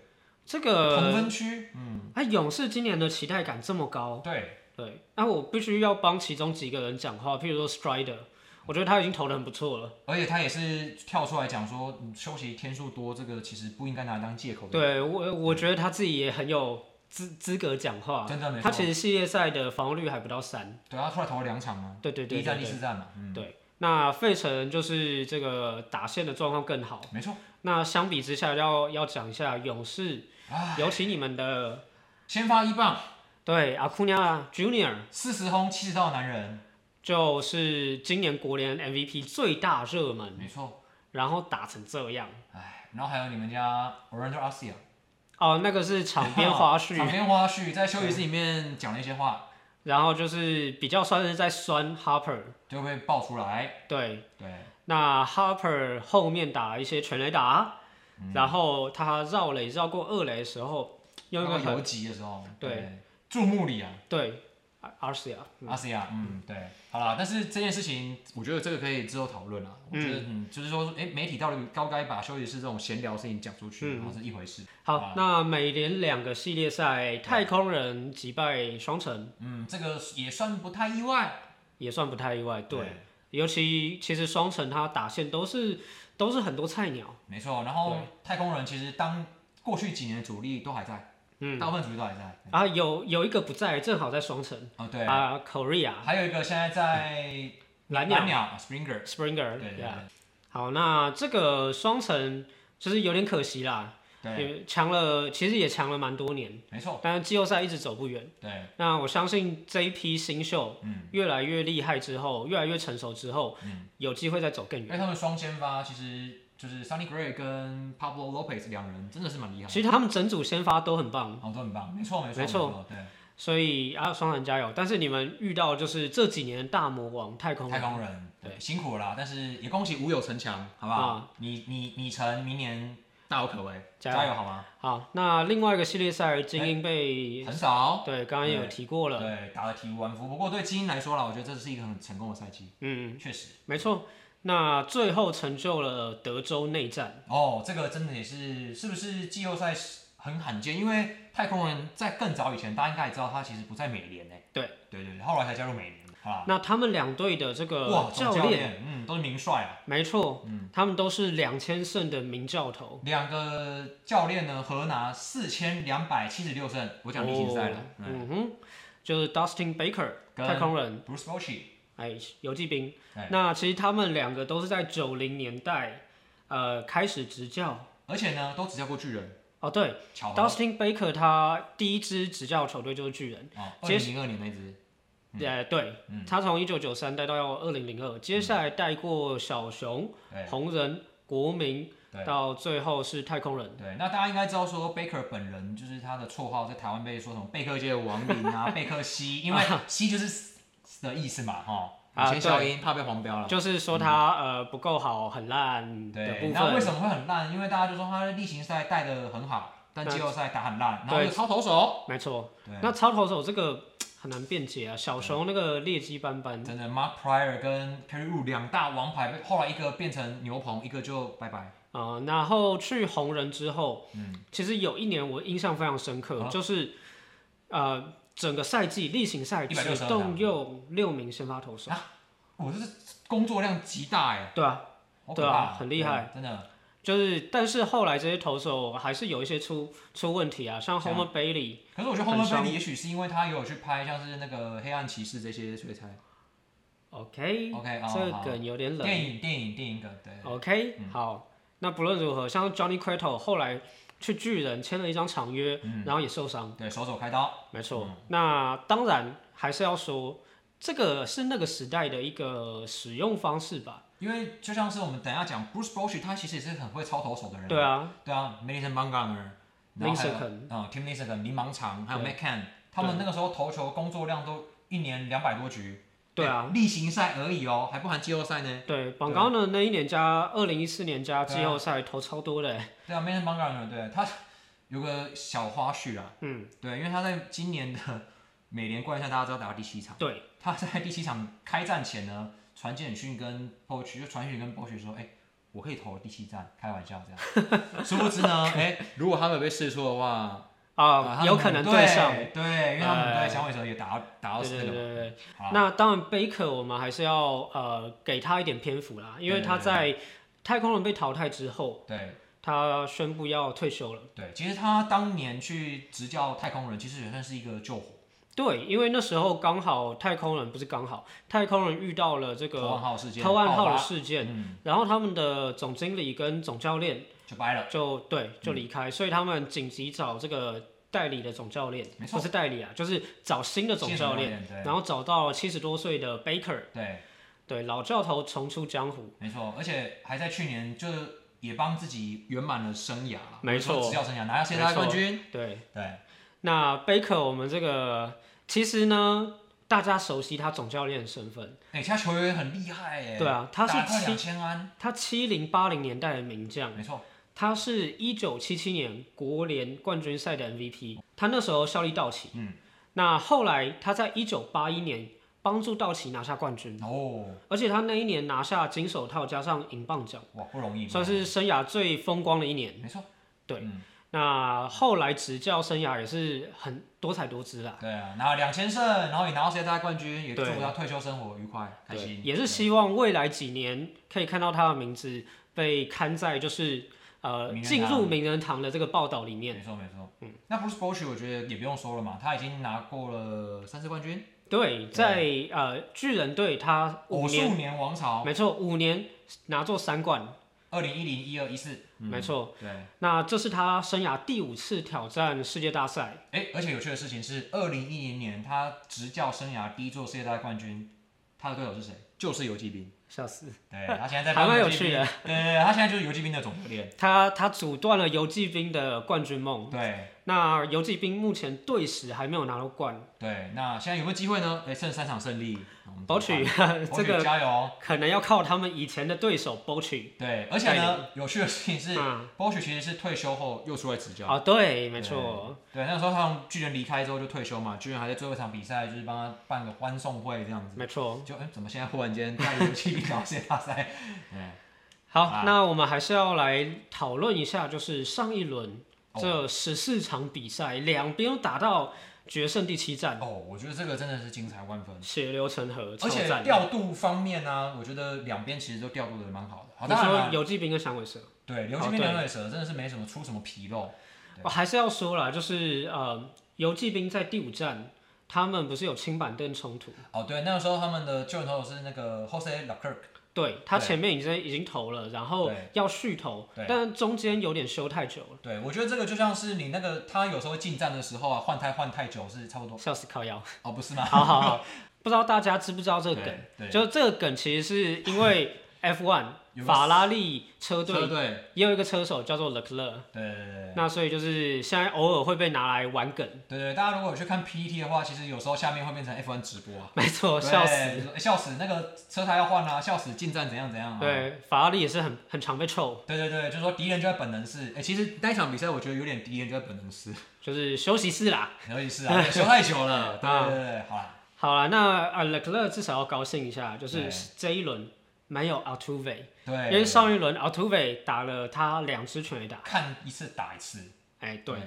B: 这
A: 同
B: 个
A: 分区，嗯，
B: 啊勇士今年的期待感这么高。
A: 对，
B: 对，那我必须要帮其中几个人讲话，譬如说 Strider，我觉得他已经投的很不错了。
A: 而且他也是跳出来讲说，嗯休息天数多，这个其实不应该拿来当借口的，
B: 对我，我觉得他自己也很有资资格讲话。
A: 真的没
B: 他
A: 错，
B: 其实系列赛的防御率还不到三。
A: 对他出来投了两场啊，
B: 对对
A: 第
B: 对
A: 一战
B: 对
A: 第四战嘛，嗯，
B: 对。那费城就是这个打线的状况更好。
A: 没错，
B: 那相比之下要，要讲一下勇士，尤其你们的
A: 先发一棒，
B: 对阿库尼亚 Junior，
A: 四十轰七十道男人，
B: 就是今年国联 MVP 最大热门，
A: 没错。
B: 然后打成这样。
A: 哎，然后还有你们家 Orange a s i a
B: 哦，那个是场 边花絮。
A: 场边花絮在休息室里面讲了一些话，
B: 然后就是比较算是在酸 Harper，
A: 就会爆出来。
B: 对，
A: 对，
B: 那 Harper 后面打了一些全垒打，然后他绕垒绕过二垒的时候，用一
A: 那
B: 个
A: 个
B: 很
A: 游击的时候，
B: 对
A: 对，注目礼啊
B: 对 R C 啊，
A: a s i a 嗯，对，好啦，但是这件事情，我觉得这个可以之后讨论啦。我觉得，嗯，就是说，哎，媒体到底高该把休息室这种闲聊事情讲出去，然后是一回事。
B: 嗯好，那美联两个系列赛，太空人击败双城
A: 嗯，这个也算不太意外。
B: 也算不太意外，对，，尤其其实双城他打线都是都是很多菜鸟，
A: 没错。然后太空人其实当过去几年的主力都还在，
B: 嗯，
A: 大部分主力都还在。
B: 啊有有一个不在，正好在双城
A: 哦，对，
B: 啊，Korea
A: 还有一个现在在
B: 嗯蓝鸟
A: 鸟啊 Springer，
B: Springer，
A: 对对对。
B: yeah 好，那这个双城就是有点可惜啦，
A: 对，
B: 也强了，其实也强了蛮多年，
A: 没错，
B: 但是季后赛一直走不远。
A: 对，
B: 那我相信这一批新秀，
A: 嗯，
B: 越来越厉害之后，越来越成熟之后，
A: 嗯
B: 有机会再走更
A: 因
B: 远。
A: 为他们双先发其实就是 Sunny Gray 跟 Pablo Lopez 两人真的是蛮厉害的，
B: 其实他们整组先发都很棒，
A: 哦，都很棒，没错，没错，
B: 没错
A: 对，
B: 所以啊，双人加油！但是你们遇到就是这几年的大魔王太空
A: 太
B: 人，
A: 空人，对，辛苦了啦，但是也恭喜吴有成强，好不好？你你你成明年大有可为，
B: 啊加油
A: 加油好吗？
B: 好，那另外一个系列赛精英被、
A: 很少，啊
B: 对，刚刚也有提过了，
A: 对，打得体无完肤。不过对精英来说啦，我觉得这是一个很成功的赛季，
B: 嗯，
A: 确实。
B: 没错。那最后成就了德州内战，
A: 哦，这个真的也是，是不是季后赛是很罕见？因为太空人在更早以前，大家应该也知道，他其实不在美联呢。
B: 对，
A: 对对对，后来才加入美联。好啦，
B: 那他们两队的这
A: 哇
B: 个，
A: 总教
B: 练，
A: 练，嗯，都是名帅啊。
B: 没错，他们都是两千胜的名教头。
A: 两个教练呢，合拿四千两百七十六胜，我讲例行赛了
B: 哦。嗯哼，就是 Dustin Baker
A: 跟
B: 太空人，
A: Bruce Bochy，
B: 哎，游击兵
A: 哎。
B: 那其实他们两个都是在九零年代，呃，开始执教。
A: 而且呢，都只教过巨人，
B: 哦，对
A: 巧合
B: ，Dustin Baker 他第一支执教球队就是巨人。
A: 啊，二
B: 接
A: 零零二年那支，嗯
B: 呃，对，他从一九九三带到二零零二，
A: 嗯
B: 接下来带过小熊、
A: 对
B: 红人、国民，
A: 哎对
B: 到最后是太空人。
A: 对。那大家应该知道说，Baker 本人就是他的绰号在台湾被说什么贝克街的亡灵啊，贝克西，因为西就是死的意思嘛，哈。
B: 啊
A: 有些消音怕被黄标了。嗯
B: 就是说他、呃不够好，很烂嗯的
A: 对，
B: 部
A: 那为
B: 分。
A: 什么会很烂？因为大家就说他例行赛带的很好，但
B: 那
A: 季后赛打很烂，然后
B: 对
A: 又超投手。
B: 没错，
A: 对，
B: 那超投手这个很难辩解啊，小熊那个劣迹斑斑。
A: 真的，Mark Pryor 跟 Perry Wu 两大王牌被，后来一个变成牛棚，一个就拜拜。
B: 啊、然后去红人之后，
A: 嗯，
B: 其实有一年我印象非常深刻，
A: 啊
B: 就是呃整个赛季例行赛只
A: 162
B: 动用六名先发投手，
A: 我这是工作量极大哎，
B: 对啊，
A: 好
B: 对
A: 可
B: 啊
A: 怕，
B: 很厉害
A: 对，真的。
B: 就是但是后来这些投手还是有一些出出问题啊，像
A: 像
B: Homer Bailey，
A: 可是我觉得
B: 很
A: Homer
B: 伤
A: Bailey 也许是因为他也有去拍像是那个黑暗骑士这些，所以才
B: OK，,
A: OK 啊、
B: 这个
A: 好
B: 梗有点冷
A: 电影电影电影梗对，嗯
B: ，OK，、好，那不论如何，像 Johnny Cueto 后来去巨人签了一张长约，
A: 嗯
B: 然后也受伤。
A: 对手肘开刀，
B: 没错，
A: 嗯
B: 那当然还是要说，这个是那个时代的一个使用方式吧。
A: 因为就像是我们等一下讲 Bruce Bochy，他其实也是很会操投手的人，
B: 对啊，
A: 对啊 m i l i t o n Bumgarner，然后还有
B: Lincecum
A: 啊 Tim l i n s e c o m 林芒长，还有 McCann，他们那个时候投球工作量都一年两百多局，
B: 对啊，
A: 例行赛而已哦，还不含季后赛呢。
B: 对，广高呢那一年加二零一四年加
A: 对啊
B: 季后赛投超多的欸、
A: 对啊 m a n b a n g a r 对他有个小花絮啊，
B: 嗯，
A: 对，因为他在今年的美联冠赛，大家知道打到第七场，
B: 对，
A: 他在第七场开战前呢，传简讯跟 p o c h 就传讯跟 p o c h 说，哎、我可以投第七战，开玩笑这样。 殊不知呢，哎、如果他们有被试错的话，
B: 啊，
A: 他
B: 有
A: 们
B: 可能对上。
A: 对，对因为他们
B: 哎
A: 在响尾蛇也打到打到
B: 对对
A: 那
B: 对
A: 个嘛，
B: 对对，
A: 好啦
B: 那当然，Baker 我们还是要呃给他一点篇幅啦，因为
A: 对对
B: 他
A: 对
B: 在太空人被淘汰之后，
A: 对
B: 他宣布要退休了。
A: 对，其实他当年去执教太空人，其实也算是一个救火，
B: 对，因为那时候刚好太空人不是刚好，太空人遇到了这
A: 投
B: 个
A: 暗号事件，
B: 偷暗号
A: 爆
B: 的
A: 发
B: 事件，
A: 嗯，
B: 然后他们的总经理跟总教练
A: 就掰了。嗯
B: 就对就离开，所以他们紧急找这个代理的总教练，
A: 没错
B: 不是代理啊，就是找新的总教练，
A: 练，对
B: 然后找到七十多岁的 Baker，
A: 对，
B: 对老教头重出江湖，
A: 没错，而且还在去年就也帮自己圆满了生涯啦，
B: 没错
A: 或者说执教生涯拿下世界大赛冠军，
B: 对，
A: 对，
B: 那 Baker 我们这个其实呢，大家熟悉他总教练的身份，
A: 哎，其他球员很厉害哎，
B: 对啊，他
A: 打快
B: 是
A: 两
B: 七
A: 千安，
B: 他七零八零年代的名将。
A: 没错，
B: 他是一九七七年国联冠军赛的 MVP，他那时候效力道奇。
A: 嗯，
B: 那后来他在一九八一年帮助道奇拿下冠军，
A: 哦，
B: 而且他那一年拿下金手套加上银棒奖，
A: 哇，不容易，
B: 算是生涯最风光的一年。
A: 没错，嗯
B: 那后来执教生涯也是很多彩多姿啦，
A: 对啊，拿了两千胜，然后也拿到世界大赛冠军，也祝
B: 对
A: 福他退休生活愉快开
B: 对，
A: 心，
B: 也是希望未来几年可以看到他的名字被刊在就是呃
A: 名人堂
B: 进入名人堂的这个报道里面。
A: 没错没错，嗯，那 Bruce Bochy 我觉得也不用说了嘛，他已经拿过了三次冠军，
B: 对，在呃巨人队他五
A: 偶
B: 年
A: 数年王朝，
B: 没错，五年拿做三冠，
A: 二零一零一二一四，
B: 没错。
A: 嗯对。
B: 那这是他生涯第五次挑战世界大赛，
A: 哎，而且有趣的事情是，二零一零年他执教生涯第一座世界大赛冠军，他的对手是谁？就是游击兵。
B: 笑死！
A: 对他嗯现在在
B: 还蛮
A: 帮游
B: 有
A: 击
B: 趣
A: 兵，
B: 的
A: 对对对，他现在就是游击兵的总教练。
B: 他他阻断了游击兵的冠军梦，
A: 对，
B: 那游击兵目前队史还没有拿到冠，
A: 对，那现在有没有机会呢？哎，剩三场胜利，我们
B: 博取 这
A: 这个
B: 个
A: 加油哦。
B: 可能要靠他们以前的对手博取。
A: 对，而且呢，有趣的事情是
B: 嗯，
A: 博许其实是退休后又出来执教。
B: 啊，对，没错。
A: 对，那时候他从巨人离开之后就退休嘛，巨人还在最后一场比赛就是帮他办个欢送会这样子。
B: 没错，
A: 就哎、怎么现在忽然间带游击兵 搞世界大赛？哎，
B: 好，
A: 啊
B: 那我们还是要来讨论一下，就是上一轮
A: 哦
B: 这十四场比赛，两边、都打到决胜第七战，
A: 哦，我觉得这个真的是精彩万分。
B: 血流成河，超
A: 而且
B: 赞。
A: 调度方面呢、我觉得两边其实都调度的蛮好的。好，
B: 你
A: 当然
B: 说
A: 了，
B: 游击兵跟响尾蛇，
A: 对刘
B: 哦
A: 金兵
B: 对
A: 两尾蛇真的是没什么出什么纰漏。
B: 我还是要说啦，就是呃，游击兵在第五战，他们不是有青板凳冲突？
A: 哦，对，那个时候他们的救援投手是那个 Jose l a c u r
B: 对他
A: 对
B: 前面已经已经投了，然后
A: 对
B: 要续投
A: 对，
B: 但中间有点休太久了，
A: 对，我觉得这个就像是你那个他有时候进站的时候啊，换胎换太久是差不多
B: 笑死靠腰。
A: 哦，不是吗？
B: 好 好好，不知道大家知不知道这个梗？
A: 对，
B: 就这个梗其实是因 为 F1
A: 有个
B: 法拉利车
A: 对车
B: 队
A: 队，
B: 也有一个车手叫做 Leclerc，
A: 对对对对
B: 那所以就是现在偶尔会被拿来玩梗，
A: 对对，大家如果有去看 PPT 的话，其实有时候下面会变成 F1 直播啊，
B: 没错，
A: 对
B: 笑死。
A: 就是笑死，那个车胎要换啊，笑死进站怎样怎样啊，
B: 对，法拉利也是很很常被臭，
A: 对对对，就说敌人就在本能寺，哎，其实那一场比赛我觉得有点敌人就在本能寺，
B: 就是休息室啦。
A: 很有意思啊，对修太久 了，对对对对，好啦，
B: 好啦，那呃 Leclerc 至少要高兴一下，就是
A: 对
B: 这一轮没有 Altuve，
A: 对，
B: 因为上一轮 Altuve 打了他两支全垒打，
A: 看一次打一次，
B: 哎、对，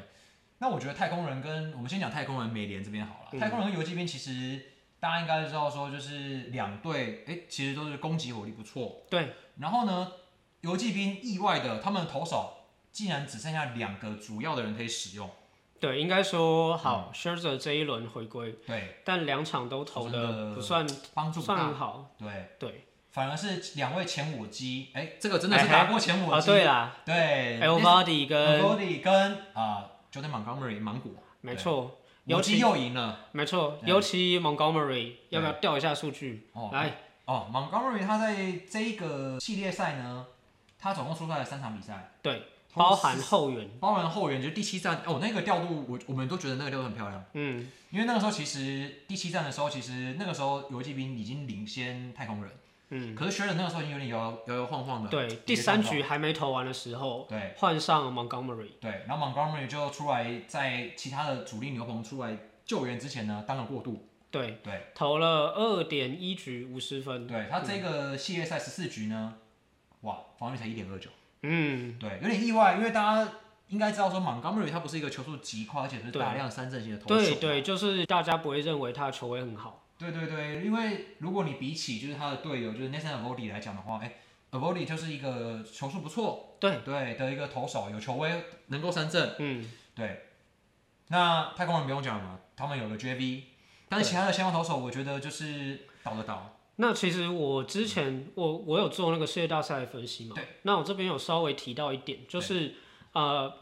A: 那我觉得太空人跟我们先讲太空人美联这边好了。
B: 嗯
A: 太空人跟游击兵其实大家应该知道说，就是两队哎，诶其实都是攻击火力不错。
B: 对，
A: 然后呢，游击兵意外的他们的投手竟然只剩下两个主要的人可以使用。
B: 对，应该说好 s h i r z e r 这一轮回归，
A: 嗯对，
B: 但两场都投
A: 说真
B: 的
A: 的
B: 不算
A: 帮助不
B: 嗯算
A: 大。
B: 好，
A: 对，
B: 对，
A: 反而是两位前我击，哎，这个真的是
B: 哎
A: 打过前我
B: 啊
A: 击。
B: 对啦
A: 对
B: l v a d i 跟
A: g o d y 跟啊 Jordan Montgomery 芒果，
B: 没错，
A: 游
B: 尤
A: 击
B: 其
A: 又赢了。
B: 没错，
A: 嗯
B: 尤其 Montgomery 要不要调一下数据？
A: 哦，
B: 来，
A: 哦，Montgomery 他在这一个系列赛呢，他总共出赛了三场比赛，
B: 对，
A: 同时
B: 包含后援，
A: 包含后援，就是第七站哦，那个调度我我们都觉得那个调度很漂亮，
B: 嗯，
A: 因为那个时候其实第七站的时候，其实那个时候游击兵已经领先太空人，
B: 嗯，
A: 可是学人那个时候已经有点摇摇摇摇晃晃的，
B: 对，第三局还没投完的时候，
A: 对
B: 换上 Montgomery，
A: 对，然后 Montgomery 就出来在其他的主力牛棚出来救援之前呢，当了过渡，
B: 对，
A: 对
B: 投了二点一局五十分，
A: 对，他这个系列赛十四局呢，哇，防御率才一点二九。
B: 嗯，
A: 对，有点意外，因为大家应该知道说 Montgomery 他不是一个球速极快，而且是大量三振型的投手。
B: 对对，就是大家不会认为他的球威很好，
A: 对对对因为如果你比起就是他的队友就是 Nathan Avodi 来讲的话，哎，Avodi 就是一个球速不错，
B: 对，
A: 对的一个投手，有球威，能够三振。
B: 嗯，
A: 对，那太空人不用讲了嘛，他们有个 JV，但是其他的先发投手，我觉得就是倒的倒。
B: 那其实我之前我我有做那个世界大赛的分析嘛，那我这边有稍微提到一点，就是呃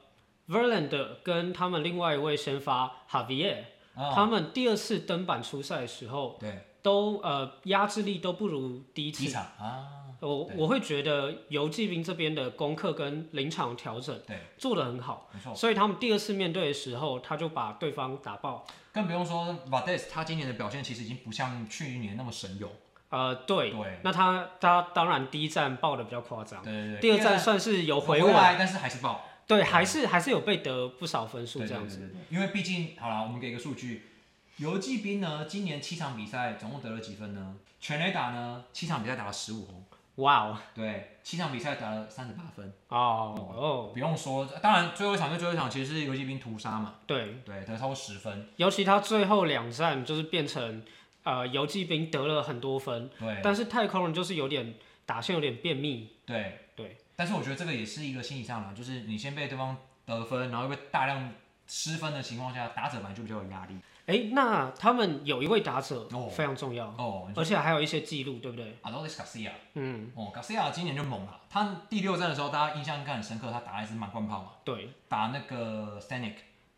B: ，Verlander 跟他们另外一位先发 Javier，、
A: 啊、
B: 他们第二次登板出赛的时候，
A: 对，
B: 都呃压制力都不如第一次
A: 机。场啊，
B: 我我会觉得游击兵这边的功课跟临场调整
A: 对，
B: 做得很好，
A: 没错。
B: 所以他们第二次面对的时候，他就把对方打爆。
A: 更不用说 Vades，他今年的表现其实已经不像去年那么神勇。
B: 呃，对，
A: 对
B: 那他他当然第一站爆的比较夸张，
A: 对对对，
B: 第二站算是有回
A: 回
B: 稳，
A: 来，但是还是爆
B: 对，还是还是有被得不少分数
A: 对
B: 这样子。
A: 子。对对因为毕竟，好了，我们给个数据，游击兵呢，今年七场比赛总共得了几分呢？全垒打呢，七场比赛打了十五轰，
B: 哇哦，
A: 对，七场比赛打了三十八分。嗯
B: 哦
A: 不用说，当然最后一场就最后一场，其实是游击兵屠杀嘛，
B: 哦，对，
A: 对，得超过十分，
B: 尤其他最后两站就是变成呃游击兵得了很多分，
A: 对
B: 但是太空人就是有点打线有点便秘，
A: 对
B: 对。
A: 但是我觉得这个也是一个心理上的，就是你先被对方得分，然后又被大量失分的情况下，打者本来就比较有压力。
B: 哎，那他们有一位打者
A: 哦
B: 非常重要，
A: 哦，你说
B: 而且还有一些记录，对不对？
A: Adolis Garcia，
B: 嗯，
A: 哦，Garcia 今年就猛了，他第六战的时候，大家印象应该很深刻，他打了一支满贯炮嘛，
B: 对
A: 打那个 Stanek，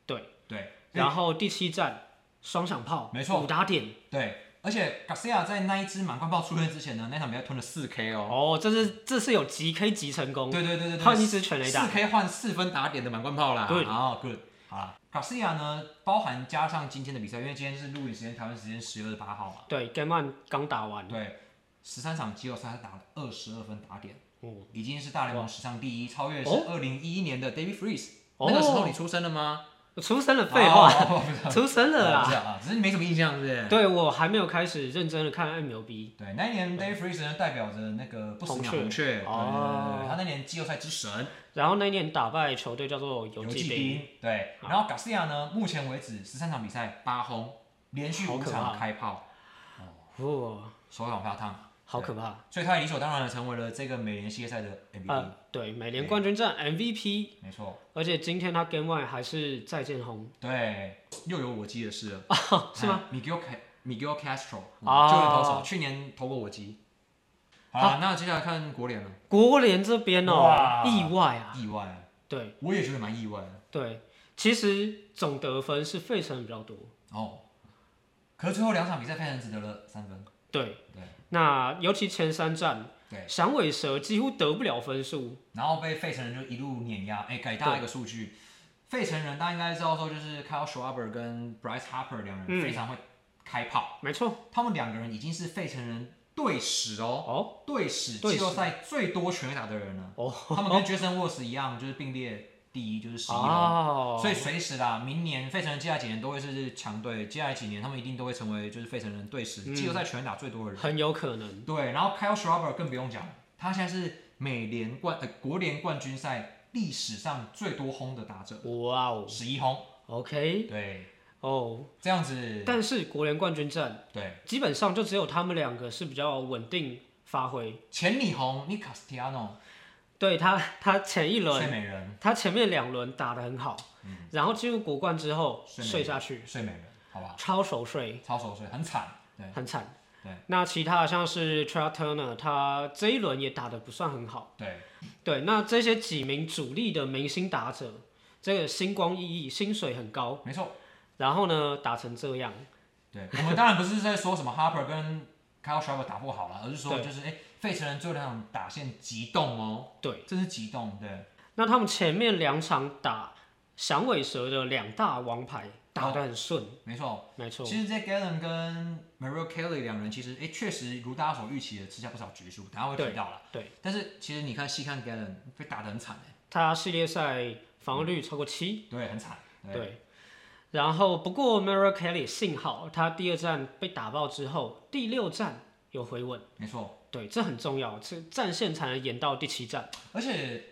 B: 对。啊
A: 对
B: 然后第七站双响炮，
A: 没错
B: 五打点
A: 对，而且 Garcia 在那一支满贯炮出现之前呢，那场比赛吞了四 K 哦，
B: 哦，这是这是有急 K 急成功，
A: 对对对对
B: 换
A: 对，
B: 一支全垒
A: 四
B: 打，
A: K 换四分打点的满贯炮啦，
B: Good
A: 啊，good，好啦，Garcia 呢，包含加上今天的比赛，因为今天是录影时间，台湾时间十月二十八号嘛，
B: 对 g a m a n 刚打完，
A: 对，十三场季后赛他打了二十二分打点，
B: 嗯，
A: 已经是大联盟史上第一，超越是
B: 哦
A: 二零一一年的 David Freeze、
B: 哦
A: 那个时候你出生了吗？
B: 出生了，废话，
A: 哦，哦不是
B: 出生了
A: 不
B: 啦。
A: 是啊，只是你没什么印象，是不是？
B: 对我还没有开始认真的看 MLB，
A: 对，那一
B: 嗯
A: 年 Dave Freeze 呢，代表着那个不死鸟
B: 红
A: 红雀，对对对
B: 哦
A: 对，他那年季后赛之神
B: 然后那一年打败球队叫做游
A: 游
B: 击
A: 击
B: 兵，
A: 兵，对，然后 Garcia 呢，目前为止十三场比赛八轰，连续
B: 好
A: 五
B: 可
A: 场
B: 怕
A: 开炮，
B: 哇、哦，
A: 手感发烫，
B: 好可怕！
A: 所以他也理所当然的成为了这个美联系列赛的 MVP，
B: 呃，对，美联冠军战 MVP，
A: 没错，
B: 而且今天他 Game One 还是再见红，
A: 对，又有我击的事了， 哎
B: 是吗？
A: ？Miguel Ca- Miguel Castro，嗯
B: 哦
A: 救援投手，去年投过我击。好了，那接下来看国联了，
B: 国联这边哦
A: 哇，
B: 意外啊，
A: 意外啊，
B: 对
A: 我也觉得蛮意外的。
B: 对，其实总得分是费城比较多，
A: 哦，可是最后两场比赛，费城只得了三分。
B: 对
A: 对
B: 那尤其前三战，
A: 对，
B: 响尾蛇几乎得不了分数，
A: 然后被费城人就一路碾压。哎，给大家一个数据，费城人大家应该知道说，就是 Kyle Schwarber 跟 Bryce Harper 两人
B: 嗯
A: 非常会开炮，
B: 没错
A: 他们两个人已经是费城人队史哦，
B: 哦，
A: 队史
B: 队
A: 季
B: 史
A: 后赛最多全垒打的人了。
B: 哦，
A: 他们跟 Jason Worth 一样，就是并列第一，就是十一轰。
B: 哦，
A: 所以随时啦，明年费城人接下来几年都会是强队，接下来几年他们一定都会成为就是费城人队
B: 嗯
A: 史季后赛全垒打最多的人。
B: 很有可能，
A: 对，然后 Kyle Schwarber 更不用讲，他现在是美联冠呃国联冠军赛历史上最多轰的打者，
B: 哇哦
A: 十一轰。
B: ，OK，
A: 对，
B: 哦，
A: 这样子，
B: 但是国联冠军战
A: 对，
B: 基本上就只有他们两个是比较稳定发挥，
A: 前李红 n i c a s t i a n o
B: 对他 他前一轮
A: 睡美人，
B: 他前面两轮打得很好，
A: 嗯
B: 然后进入国冠之后
A: 睡美
B: 睡下去，
A: 睡美人，好吧，
B: 超熟睡，
A: 超手睡，很惨。对，
B: 很惨。
A: 对
B: 那其他的像是 t r a Turner，他这一轮也打得不算很好。
A: 对，
B: 对，那这些几名主力的明星打者，这个星光熠熠，薪水很高，
A: 没错。
B: 然后呢打成这样，
A: 对，我们当然不是在说什么 Harper 跟 Kyle Schwarber 打不好了，而是说
B: 对
A: 就是哎，费城人最后两场打线急动哦，
B: 对，
A: 这是急动，对，
B: 那他们前面两场打响尾蛇的两大王牌打得很顺，
A: 没错。
B: 没错，
A: 其实 j a Gallen 跟 Mario Kelly 两人其实，哎，确实如大家所预期的吃下不少局数，等下会提到了。
B: 对，
A: 但是其实你看细看 Gallen 被打得很惨哎，
B: 他系列赛防御
A: 嗯
B: 率超过七，
A: 对，很惨。对，
B: 对。然后，不过 Mara Kelly 幸好他第二战被打爆之后，第六战有回稳，
A: 没错。
B: 对，这很重要，这战线才能演到第七战。
A: 而且，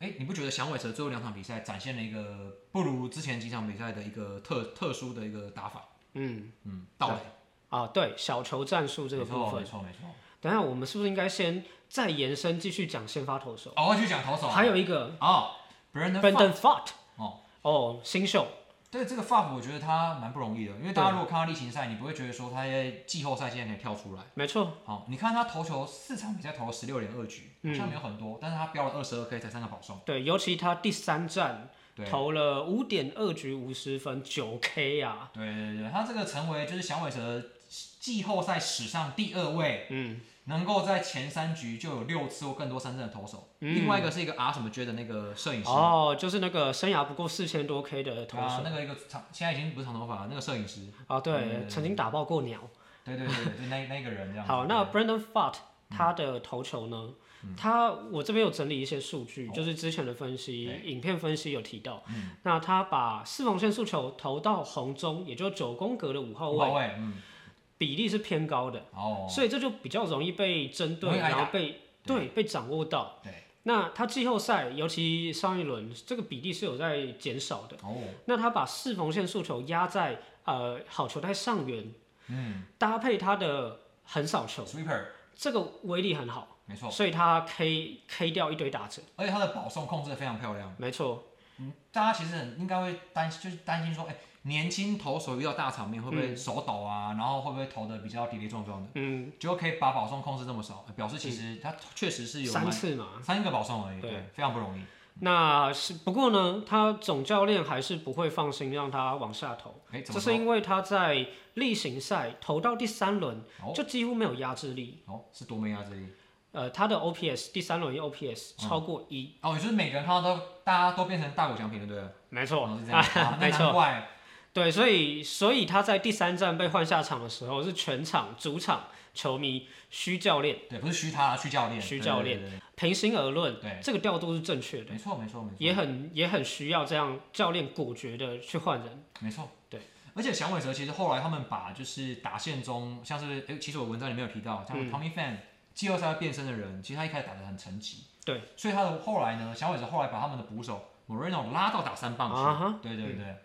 A: 哎，你不觉得响尾蛇最后两场比赛展现了一个不如之前几场比赛的一个特特殊的一个打法？
B: 嗯，
A: 嗯，到了
B: 啊，对，小球战术这个
A: 没
B: 部
A: 错，
B: 分
A: 没，错，没错。
B: 等一下我们是不是应该先再延伸继续讲先发投手？
A: 哦，我去讲投手。
B: 还有一个
A: 哦，Brandon Fa-
B: Brandon f o t
A: 哦
B: 哦，新秀，
A: 对这个 f a 我觉得他蛮不容易的，因为大家如果看他例行赛，你不会觉得说他在季后赛现在可以跳出来。
B: 没错，
A: 好，你看他投球四场比赛投了十六点二局，好
B: 嗯
A: 像没有很多，但是他标了二十二 K 才三个保送。
B: 对，尤其他第三战
A: 对
B: 投了五点二局五十分，九 K 啊，
A: 对对对，他这个成为就是响尾蛇季后赛史上第二位
B: 嗯，
A: 能够在前三局就有六次或更多三振的投手。
B: 嗯
A: 另外一个是一个 R 什么 J 的那个摄影师，
B: 哦，就是那个生涯不过四千多 K 的投手
A: 啊，。那个一个长现在已经不是长头发了，那个摄影师。
B: 啊，对，
A: 嗯
B: 曾经打爆过鸟。
A: 对对对对，就那那个人这样子。
B: 好，那
A: 对
B: Brandon Fott 他的投球呢？
A: 嗯
B: 他我这边有整理一些数
A: 哦
B: 据，就是之前的分析、影片分析有提到。
A: 嗯
B: 那他把四缝线速球投到红中，也就是九宫格的五号
A: 五
B: 位，
A: 号位，嗯，
B: 比例是偏高的，
A: 哦，
B: 所以这就比较容易被针
A: 容
B: 对，
A: 易挨
B: 然
A: 打
B: 后被对被掌握到。
A: 对，
B: 那他季后赛，尤其上一轮，这个比例是有在减少的。
A: 哦，
B: 那他把四缝线速球压在呃好球带上缘，
A: 嗯
B: 搭配他的横扫球，
A: ，sweeper，
B: 这个威力很好，
A: 没错，
B: 所以他 K K 掉一堆打者，
A: 而且他的保送控制的非常漂亮。
B: 没错，
A: 嗯，大家其实很应该会担心，就是担心说，哎、年轻投手遇到大场面会不会手抖啊？然后会不会投的比较跌跌撞撞的？
B: 嗯，
A: 就可以把保送控制这么少，呃表示其实他确实是有嗯
B: 三
A: 蛮
B: 次嘛。
A: 三个保送而已，
B: 对
A: 对，非常不容易。
B: 那是不过呢，他总教练还是不会放心让他往下投，
A: 哎、怎
B: 这
A: 么
B: 是
A: 说？
B: 因为他在例行赛投到第三轮
A: 哦
B: 就几乎没有压制力，
A: 哦，是多没压这里，
B: 呃，他的 OPS 第三轮 OPS 超过一、
A: 哦，也就是每个人看到都大家都变成大狗翔平了，对了，
B: 没错，
A: 哦是这样，
B: 啊
A: 啊、 那
B: 没
A: 难
B: 错，
A: 怪，
B: 对，所以所以他在第三站被换下场的时候，是全场主场球迷虚教练
A: 对，不是虚他，虚教练，
B: 虚
A: 对
B: 教，
A: 对对对
B: 平心而论
A: 对，
B: 这个调度是正确
A: 对
B: 的，
A: 没错没错没错，
B: 也很也很需要这样教练果决的去换人，
A: 没错，
B: 对。
A: 而且响尾蛇其实后来他们把就是打线中，像是诶，其实我文章里面有提到，像
B: 嗯
A: 是 Tommy Fan 季后赛会变身的人，其实他一开始打得很沉寂，
B: 对，
A: 所以他的后来呢，响尾蛇后来把他们的捕手 Moreno 拉到打三棒去，
B: 啊哈
A: 对对对。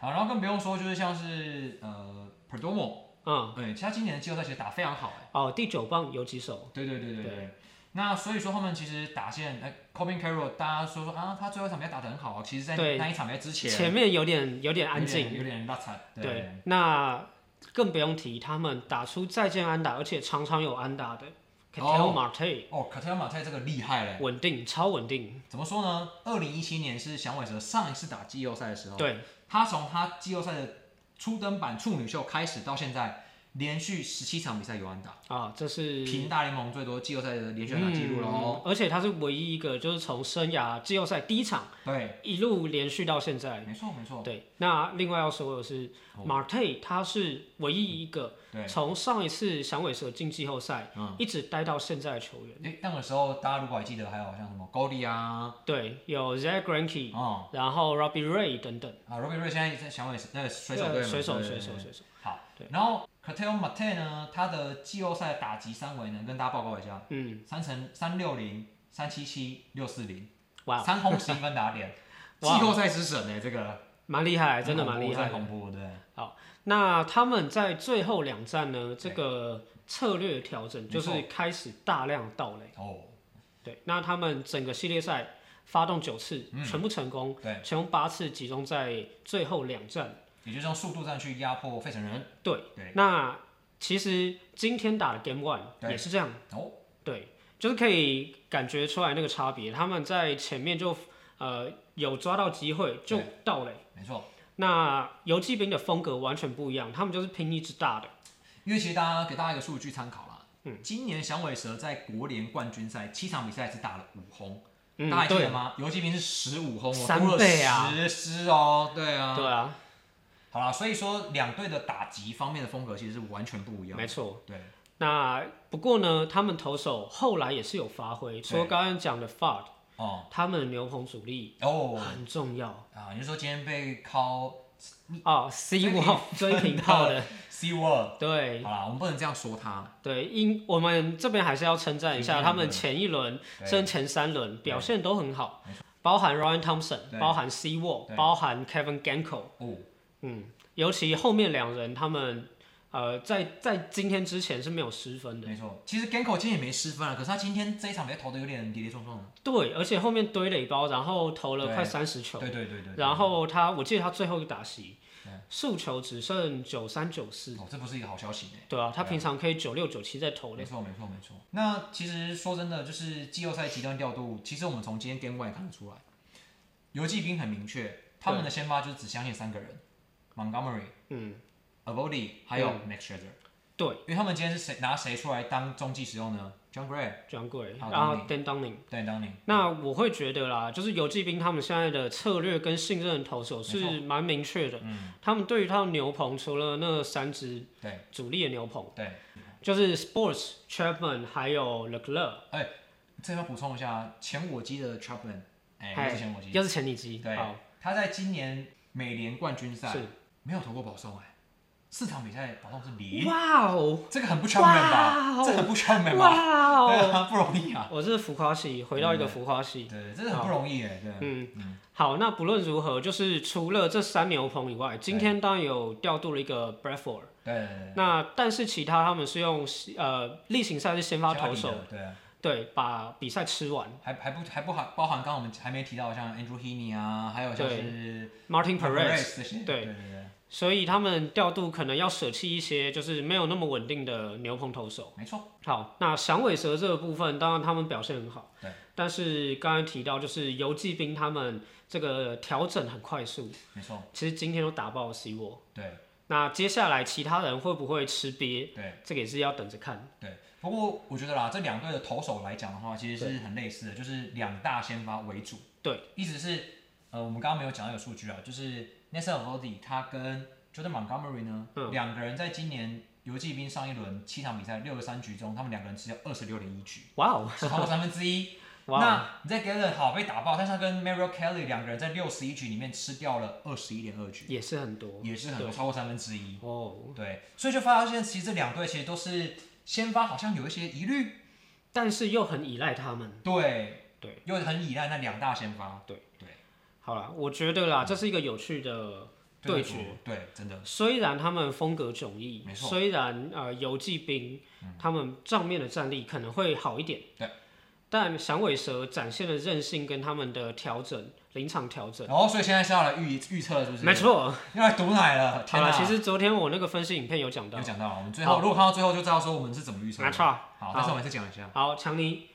A: 好，然后更不用说，就是像是呃 Perdomo，
B: 嗯，
A: 对，其实他今年的季后赛其实打得非常好，诶
B: 哦，第九棒有几手，
A: 对对对对
B: 对
A: 对。那所以说他们其实打线，哎、c o b i n Carroll，大家说说啊，他最后一场比赛打得很好啊，其实在
B: 对
A: 那一场比赛之前，
B: 前面有点有点安
A: 有点
B: 静，
A: 有点拉惨，
B: 对，那更不用提他们打出再见安打，而且常常有安打的 c a t e l
A: 哦
B: Marte
A: 哦，卡特马泰这个厉害嘞！
B: 稳定，超稳定，
A: 怎么说呢？二零一七年是响尾蛇上一次打季后赛的时候，
B: 对，
A: 他从他季后赛的初登板处女秀开始到现在，连续十七场比赛有安打，
B: 啊，这是
A: 平大联盟最多季后赛的连续安打记录哦喽。
B: 嗯而且他是唯一一个就是从生涯季后赛第一场
A: 对，
B: 一路连续到现在。
A: 没错没错，
B: 对，那另外要说的是
A: 哦
B: ，Marte 他是唯一一个
A: 对。
B: 从上一次响尾蛇进季后赛
A: 嗯
B: 一直待到现在的球员。
A: 诶，那个时候大家如果还记得，还有像什么高利啊，
B: 对，有 Zach Greinke，、
A: 哦、
B: 然后 Robbie Ray 等等。
A: 啊，罗比瑞现在在响尾蛇那个水手队
B: 对
A: 嘛，
B: 水手，
A: 对对
B: 水
A: 对
B: 手，
A: 对
B: 水手。
A: 好
B: 对，
A: 然后 Cartel Mate 呢，他的季后赛打击三围呢，跟大家报告一下，
B: 嗯，
A: 三乘三六零、三七七、六四零，
B: 哇，
A: 三轰十一分打点，季
B: 哇
A: 后赛之神呢、欸这个
B: 蛮厉害，真的蛮厉害
A: 很。恐怖，对，
B: 那他们在最后两站呢，这个策略调整就
A: 没
B: 是开始大量盗垒。
A: 哦，
B: 对，那他们整个系列赛发动九次，
A: 嗯
B: 全部成功，
A: 对，
B: 其中八次集中在最后两站。
A: 也就是用速度战去压迫费城人，
B: 对，
A: 对，
B: 那其实今天打的 Game One
A: 对
B: 也是这样，
A: 哦，
B: 对，就是可以感觉出来那个差别。他们在前面就呃有抓到机会就到了。
A: 没错，
B: 那游击兵的风格完全不一样，他们就是拼一支大的，
A: 因为其实大家给大家一个数据参考啦，嗯，今年响尾蛇在国联冠军赛七场比赛只打了五轰。
B: 嗯，
A: 大家还记
B: 对
A: 得，吗？游击兵是十五轰，我
B: 三
A: 多了
B: 倍啊
A: 十支哦，对啊，
B: 对啊，
A: 好啦，所以说两队的打击方面的风格其实是完全不一样
B: 没
A: 的，
B: 错。
A: 对，
B: 那不过呢，他们投手后来也是有发挥，除了刚刚讲的 Fard，
A: 哦，
B: 他们的牛棚主力
A: 哦，
B: 很重要
A: 啊，你是说今天被 call
B: 哦。C Wall 追平炮的，
A: C word？
B: 对
A: 好啦，我们不能这样说他，
B: 对，因我们这边还是要称赞一
A: 前
B: 下
A: 一轮
B: 他们前一轮
A: 对
B: 甚至前三轮表现都很好
A: 没，
B: 包含 Ryan Thompson，
A: 对
B: 包含 C Wall，
A: 对
B: 包含 Kevin Ganco，
A: 哦，
B: 嗯，尤其后面两人他们呃在在今天之前是没有失分的，
A: 没错，其实 Ganko 今天也没失分啊，可是他今天这一场比赛投的有点跌跌撞撞的，
B: 对，而且后面堆垒包，然后投了
A: 嗯对
B: 快三十球。
A: 对对对对，对
B: 然后他，我记得他最后一个打席
A: 对，
B: 速球只剩九三九四，
A: 哦，这不是一个好消息呢。
B: 对啊，他
A: 对啊
B: 平常可以九六九七在投的
A: 没，错，没错，没错。那其实说真的，就是季后赛极端调度，其实我们从今天 Game One 也看得出来，游击兵很明确，他们的先发就是只相信三个人：Montgomery、
B: 嗯，
A: Avodi 还有 Max Scherzer。
B: 对，
A: 因为他们今天是谁拿谁出来当中继使用呢？John Gray、
B: 专柜，
A: 好
B: 然后 Dan Dunning。
A: 对，当年
B: 那我会觉得啦，就是游击兵他们现在的策略跟信任投手
A: 没嗯
B: 是蛮明确的，他们对于他的牛棚，除了那三支
A: 对
B: 主力的牛棚，
A: 对。
B: 就是 Sports Chapman 还有 l e c l e
A: 这要补充一下，前我机的 Chapman，哎、
B: 嗨
A: 不是前我
B: r
A: 机，
B: 又是前里基，
A: 对
B: 好，
A: 他在今年美联冠军赛
B: 是，
A: 没有投过保送、哎，四场比赛保送是零，
B: 哇哦，
A: 这个很不 Chapman
B: 哇
A: 吧？
B: 哦
A: 这很不 Chapman 吧？
B: 哇
A: 对嗯
B: 哦，
A: 啊，不容易啊。
B: 我是浮夸系，回到一个浮夸系，
A: 对，真的很不容易哎，对，
B: 嗯，好，那不论如何，就是除了这三牛棚以外，今天当然有调度了一个 Bradford，
A: 对对对，
B: 那但是其他他们是用呃例行赛是先发投手，
A: 先发底的，对，
B: 对，把比赛吃完。
A: 还还不还不含包含刚刚我们还没提到像 Andrew Heaney 啊，还有像是
B: Martin Perez，
A: 这些，
B: 对
A: 对对对，
B: 所以他们调度可能要舍弃一些就是没有那么稳定的牛棚投手。
A: 没错，
B: 好，那响尾蛇这个部分，当然他们表现很好
A: 对，
B: 但是刚才提到就是游击兵他们这个调整很快速，
A: 没错，
B: 其实今天都打爆了 C 沃。
A: 对
B: 那接下来其他人会不会吃瘪？
A: 对
B: 这个也是要等着看。
A: 对。不过我觉得啦，这两队的投手来讲的话，其实是很类似的，就是两大先发为主。
B: 对，
A: 意思是，呃，我们刚刚没有讲到有数据啊，就是 Nathan v o d y 他跟 Jordan Montgomery 呢，
B: 嗯
A: 两个人在今年游击兵上一轮七场比赛六十三局中，他们两个人只有二十六点一局，
B: 哇哦，
A: 只投了三分之一。
B: 哇哦，
A: 那你在 Galen 好被打爆，但是他跟 Mario Kelly 两个人在六十一局里面吃掉了二十一点二局，
B: 也是很多
A: 也是很多，超过三分之一。
B: 哦。
A: 对，所以就发现其实这两队其实都是先发，好像有一些疑虑。
B: 但是又很依赖他们。
A: 对
B: 对，
A: 又很依赖那两大先发
B: 好啦，我觉得啦，这是一个有趣的对决。
A: 决，嗯对，真的，
B: 虽然他们风格迥异
A: 没，错嗯
B: 虽然呃游击兵、他们账面的战力可能会好一点，
A: 对，
B: 但响尾蛇展现的韧性跟他们的调整、临场调整，
A: 然后哦所以现在是要来预预测，是不是？
B: 没，错。
A: 要来毒奶了，
B: 好
A: 啊天哪！
B: 了，其实昨天我那个分析影片有讲到
A: 有，讲到，我们最后
B: 好
A: 如果看到最后就知道说我们是怎么预测
B: 没
A: 的。
B: 错。
A: 好，但是我们还是讲一下，
B: 好，强尼，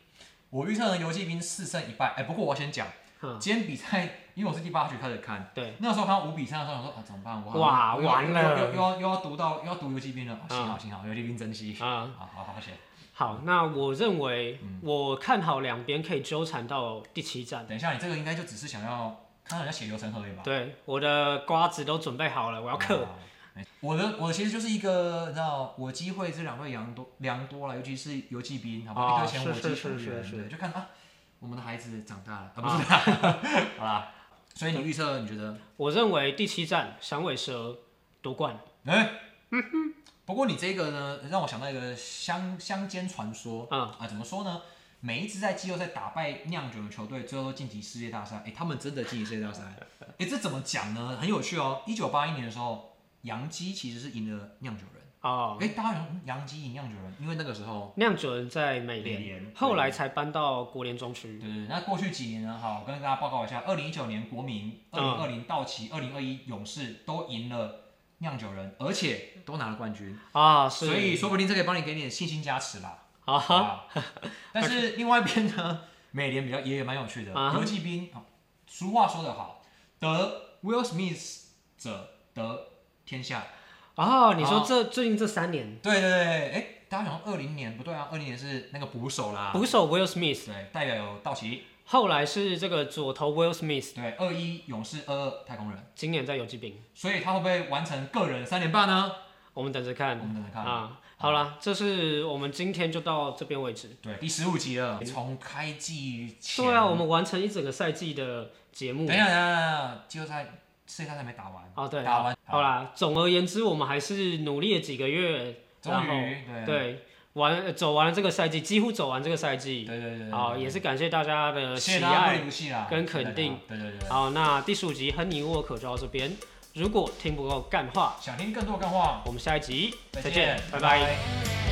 A: 我预测呢游击兵四胜一败，哎，不过我要先讲，
B: 嗯，
A: 今天比赛因为我是第八局开始看，
B: 对，
A: 那时候看到五比三的时候，想说啊怎么办？我好像
B: 哇
A: 我又
B: 完了
A: 又又又要又要读到又要读游击兵了，啊幸好
B: 嗯
A: 幸好游击兵珍惜，
B: 啊、
A: 好好好写。
B: 好，那我认为
A: 嗯
B: 我看好两边可以纠缠到第七站。
A: 等一下，你这个应该就只是想要看到人家血流成河而已吧？
B: 对，我的瓜子都准备好了，我要嗑。
A: 啊没我的我其实就是一个，你知道，我机会这两队良多良多了，尤其是游击兵，好不
B: 啊
A: 好？一堆钱我
B: 是
A: 机
B: 是
A: 球
B: 是
A: 员，
B: 是
A: 对，
B: 是
A: 就看啊，我们的孩子长大了啊，不是啦， 好啦。所以你预测你觉得？
B: 我认为第七站响尾蛇夺冠。
A: 哎，不过你这个呢，让我想到一个乡乡间传说
B: 嗯
A: 啊，怎么说呢？每一支在季后赛打败酿酒的球队，最后都晋级世界大赛。哎，他们真的晋级世界 大赛？哎，这怎么讲呢？很有趣哦。一九八一年的时候，洋基其实是赢了酿酒人。
B: 哦，
A: 哎、大家有洋基赢酿酒人，因为那个时候，
B: 酿酒人在美
A: 美联
B: 联，
A: 对
B: 后来才搬到国联中
A: 对
B: 区。
A: 对对，那过去几年呢，好，我跟大家报告一下，二零一九年国民、二零二零道奇、二零二一勇士都赢了酿酒人，而且都拿了冠军，
B: 啊，是。
A: 所以说不定这可以帮你给你信心加持啦。
B: 啊
A: 好吧，但是 另外一边呢，美联比较也也蛮有趣的，
B: 啊哈
A: 游击兵，哦俗话说得好，得 Will Smith 者得天下。
B: 哦，你说
A: 啊
B: 这最近这三年，
A: 对对对，哎，大家想二零年不对啊，二零年是那个捕手啦，
B: 捕手 Will Smith，
A: 对，代表有道奇。
B: 后来是这个左投 Will Smith，
A: 对，二一勇士，二二太空人，
B: 今年在游击兵，
A: 所以他会不会完成个人三连霸呢？
B: 我们等着
A: 我
B: 看
A: 们等着看。
B: 啊。好啦，这是我们今天就到这边为止。
A: 对，第十五集了，从开季前。
B: 嗯
A: 哎
B: 对啊，我们完成一整个赛季的节目
A: 等一。下，等一下，等一下，季后赛世界大赛没打完，
B: 哦，对，
A: 打完
B: 好啦，总而言之，我们还是努力了几个月，
A: 终
B: 然后
A: 于对
B: 对完呃走完了这个赛季，几乎走完这个赛
A: 对
B: 季。
A: 对对对，
B: 好，也是感谢大家的
A: 对
B: 喜
A: 谢谢大家
B: 爱。
A: 不离不弃啦，
B: 跟肯定
A: 谢谢大家。对对对，
B: 好，那第十五集亨尼沃克就到这边。如果听不够干话，
A: 想听更多干话，
B: 我们下一集再
A: 见
B: 见，，拜拜
A: 拜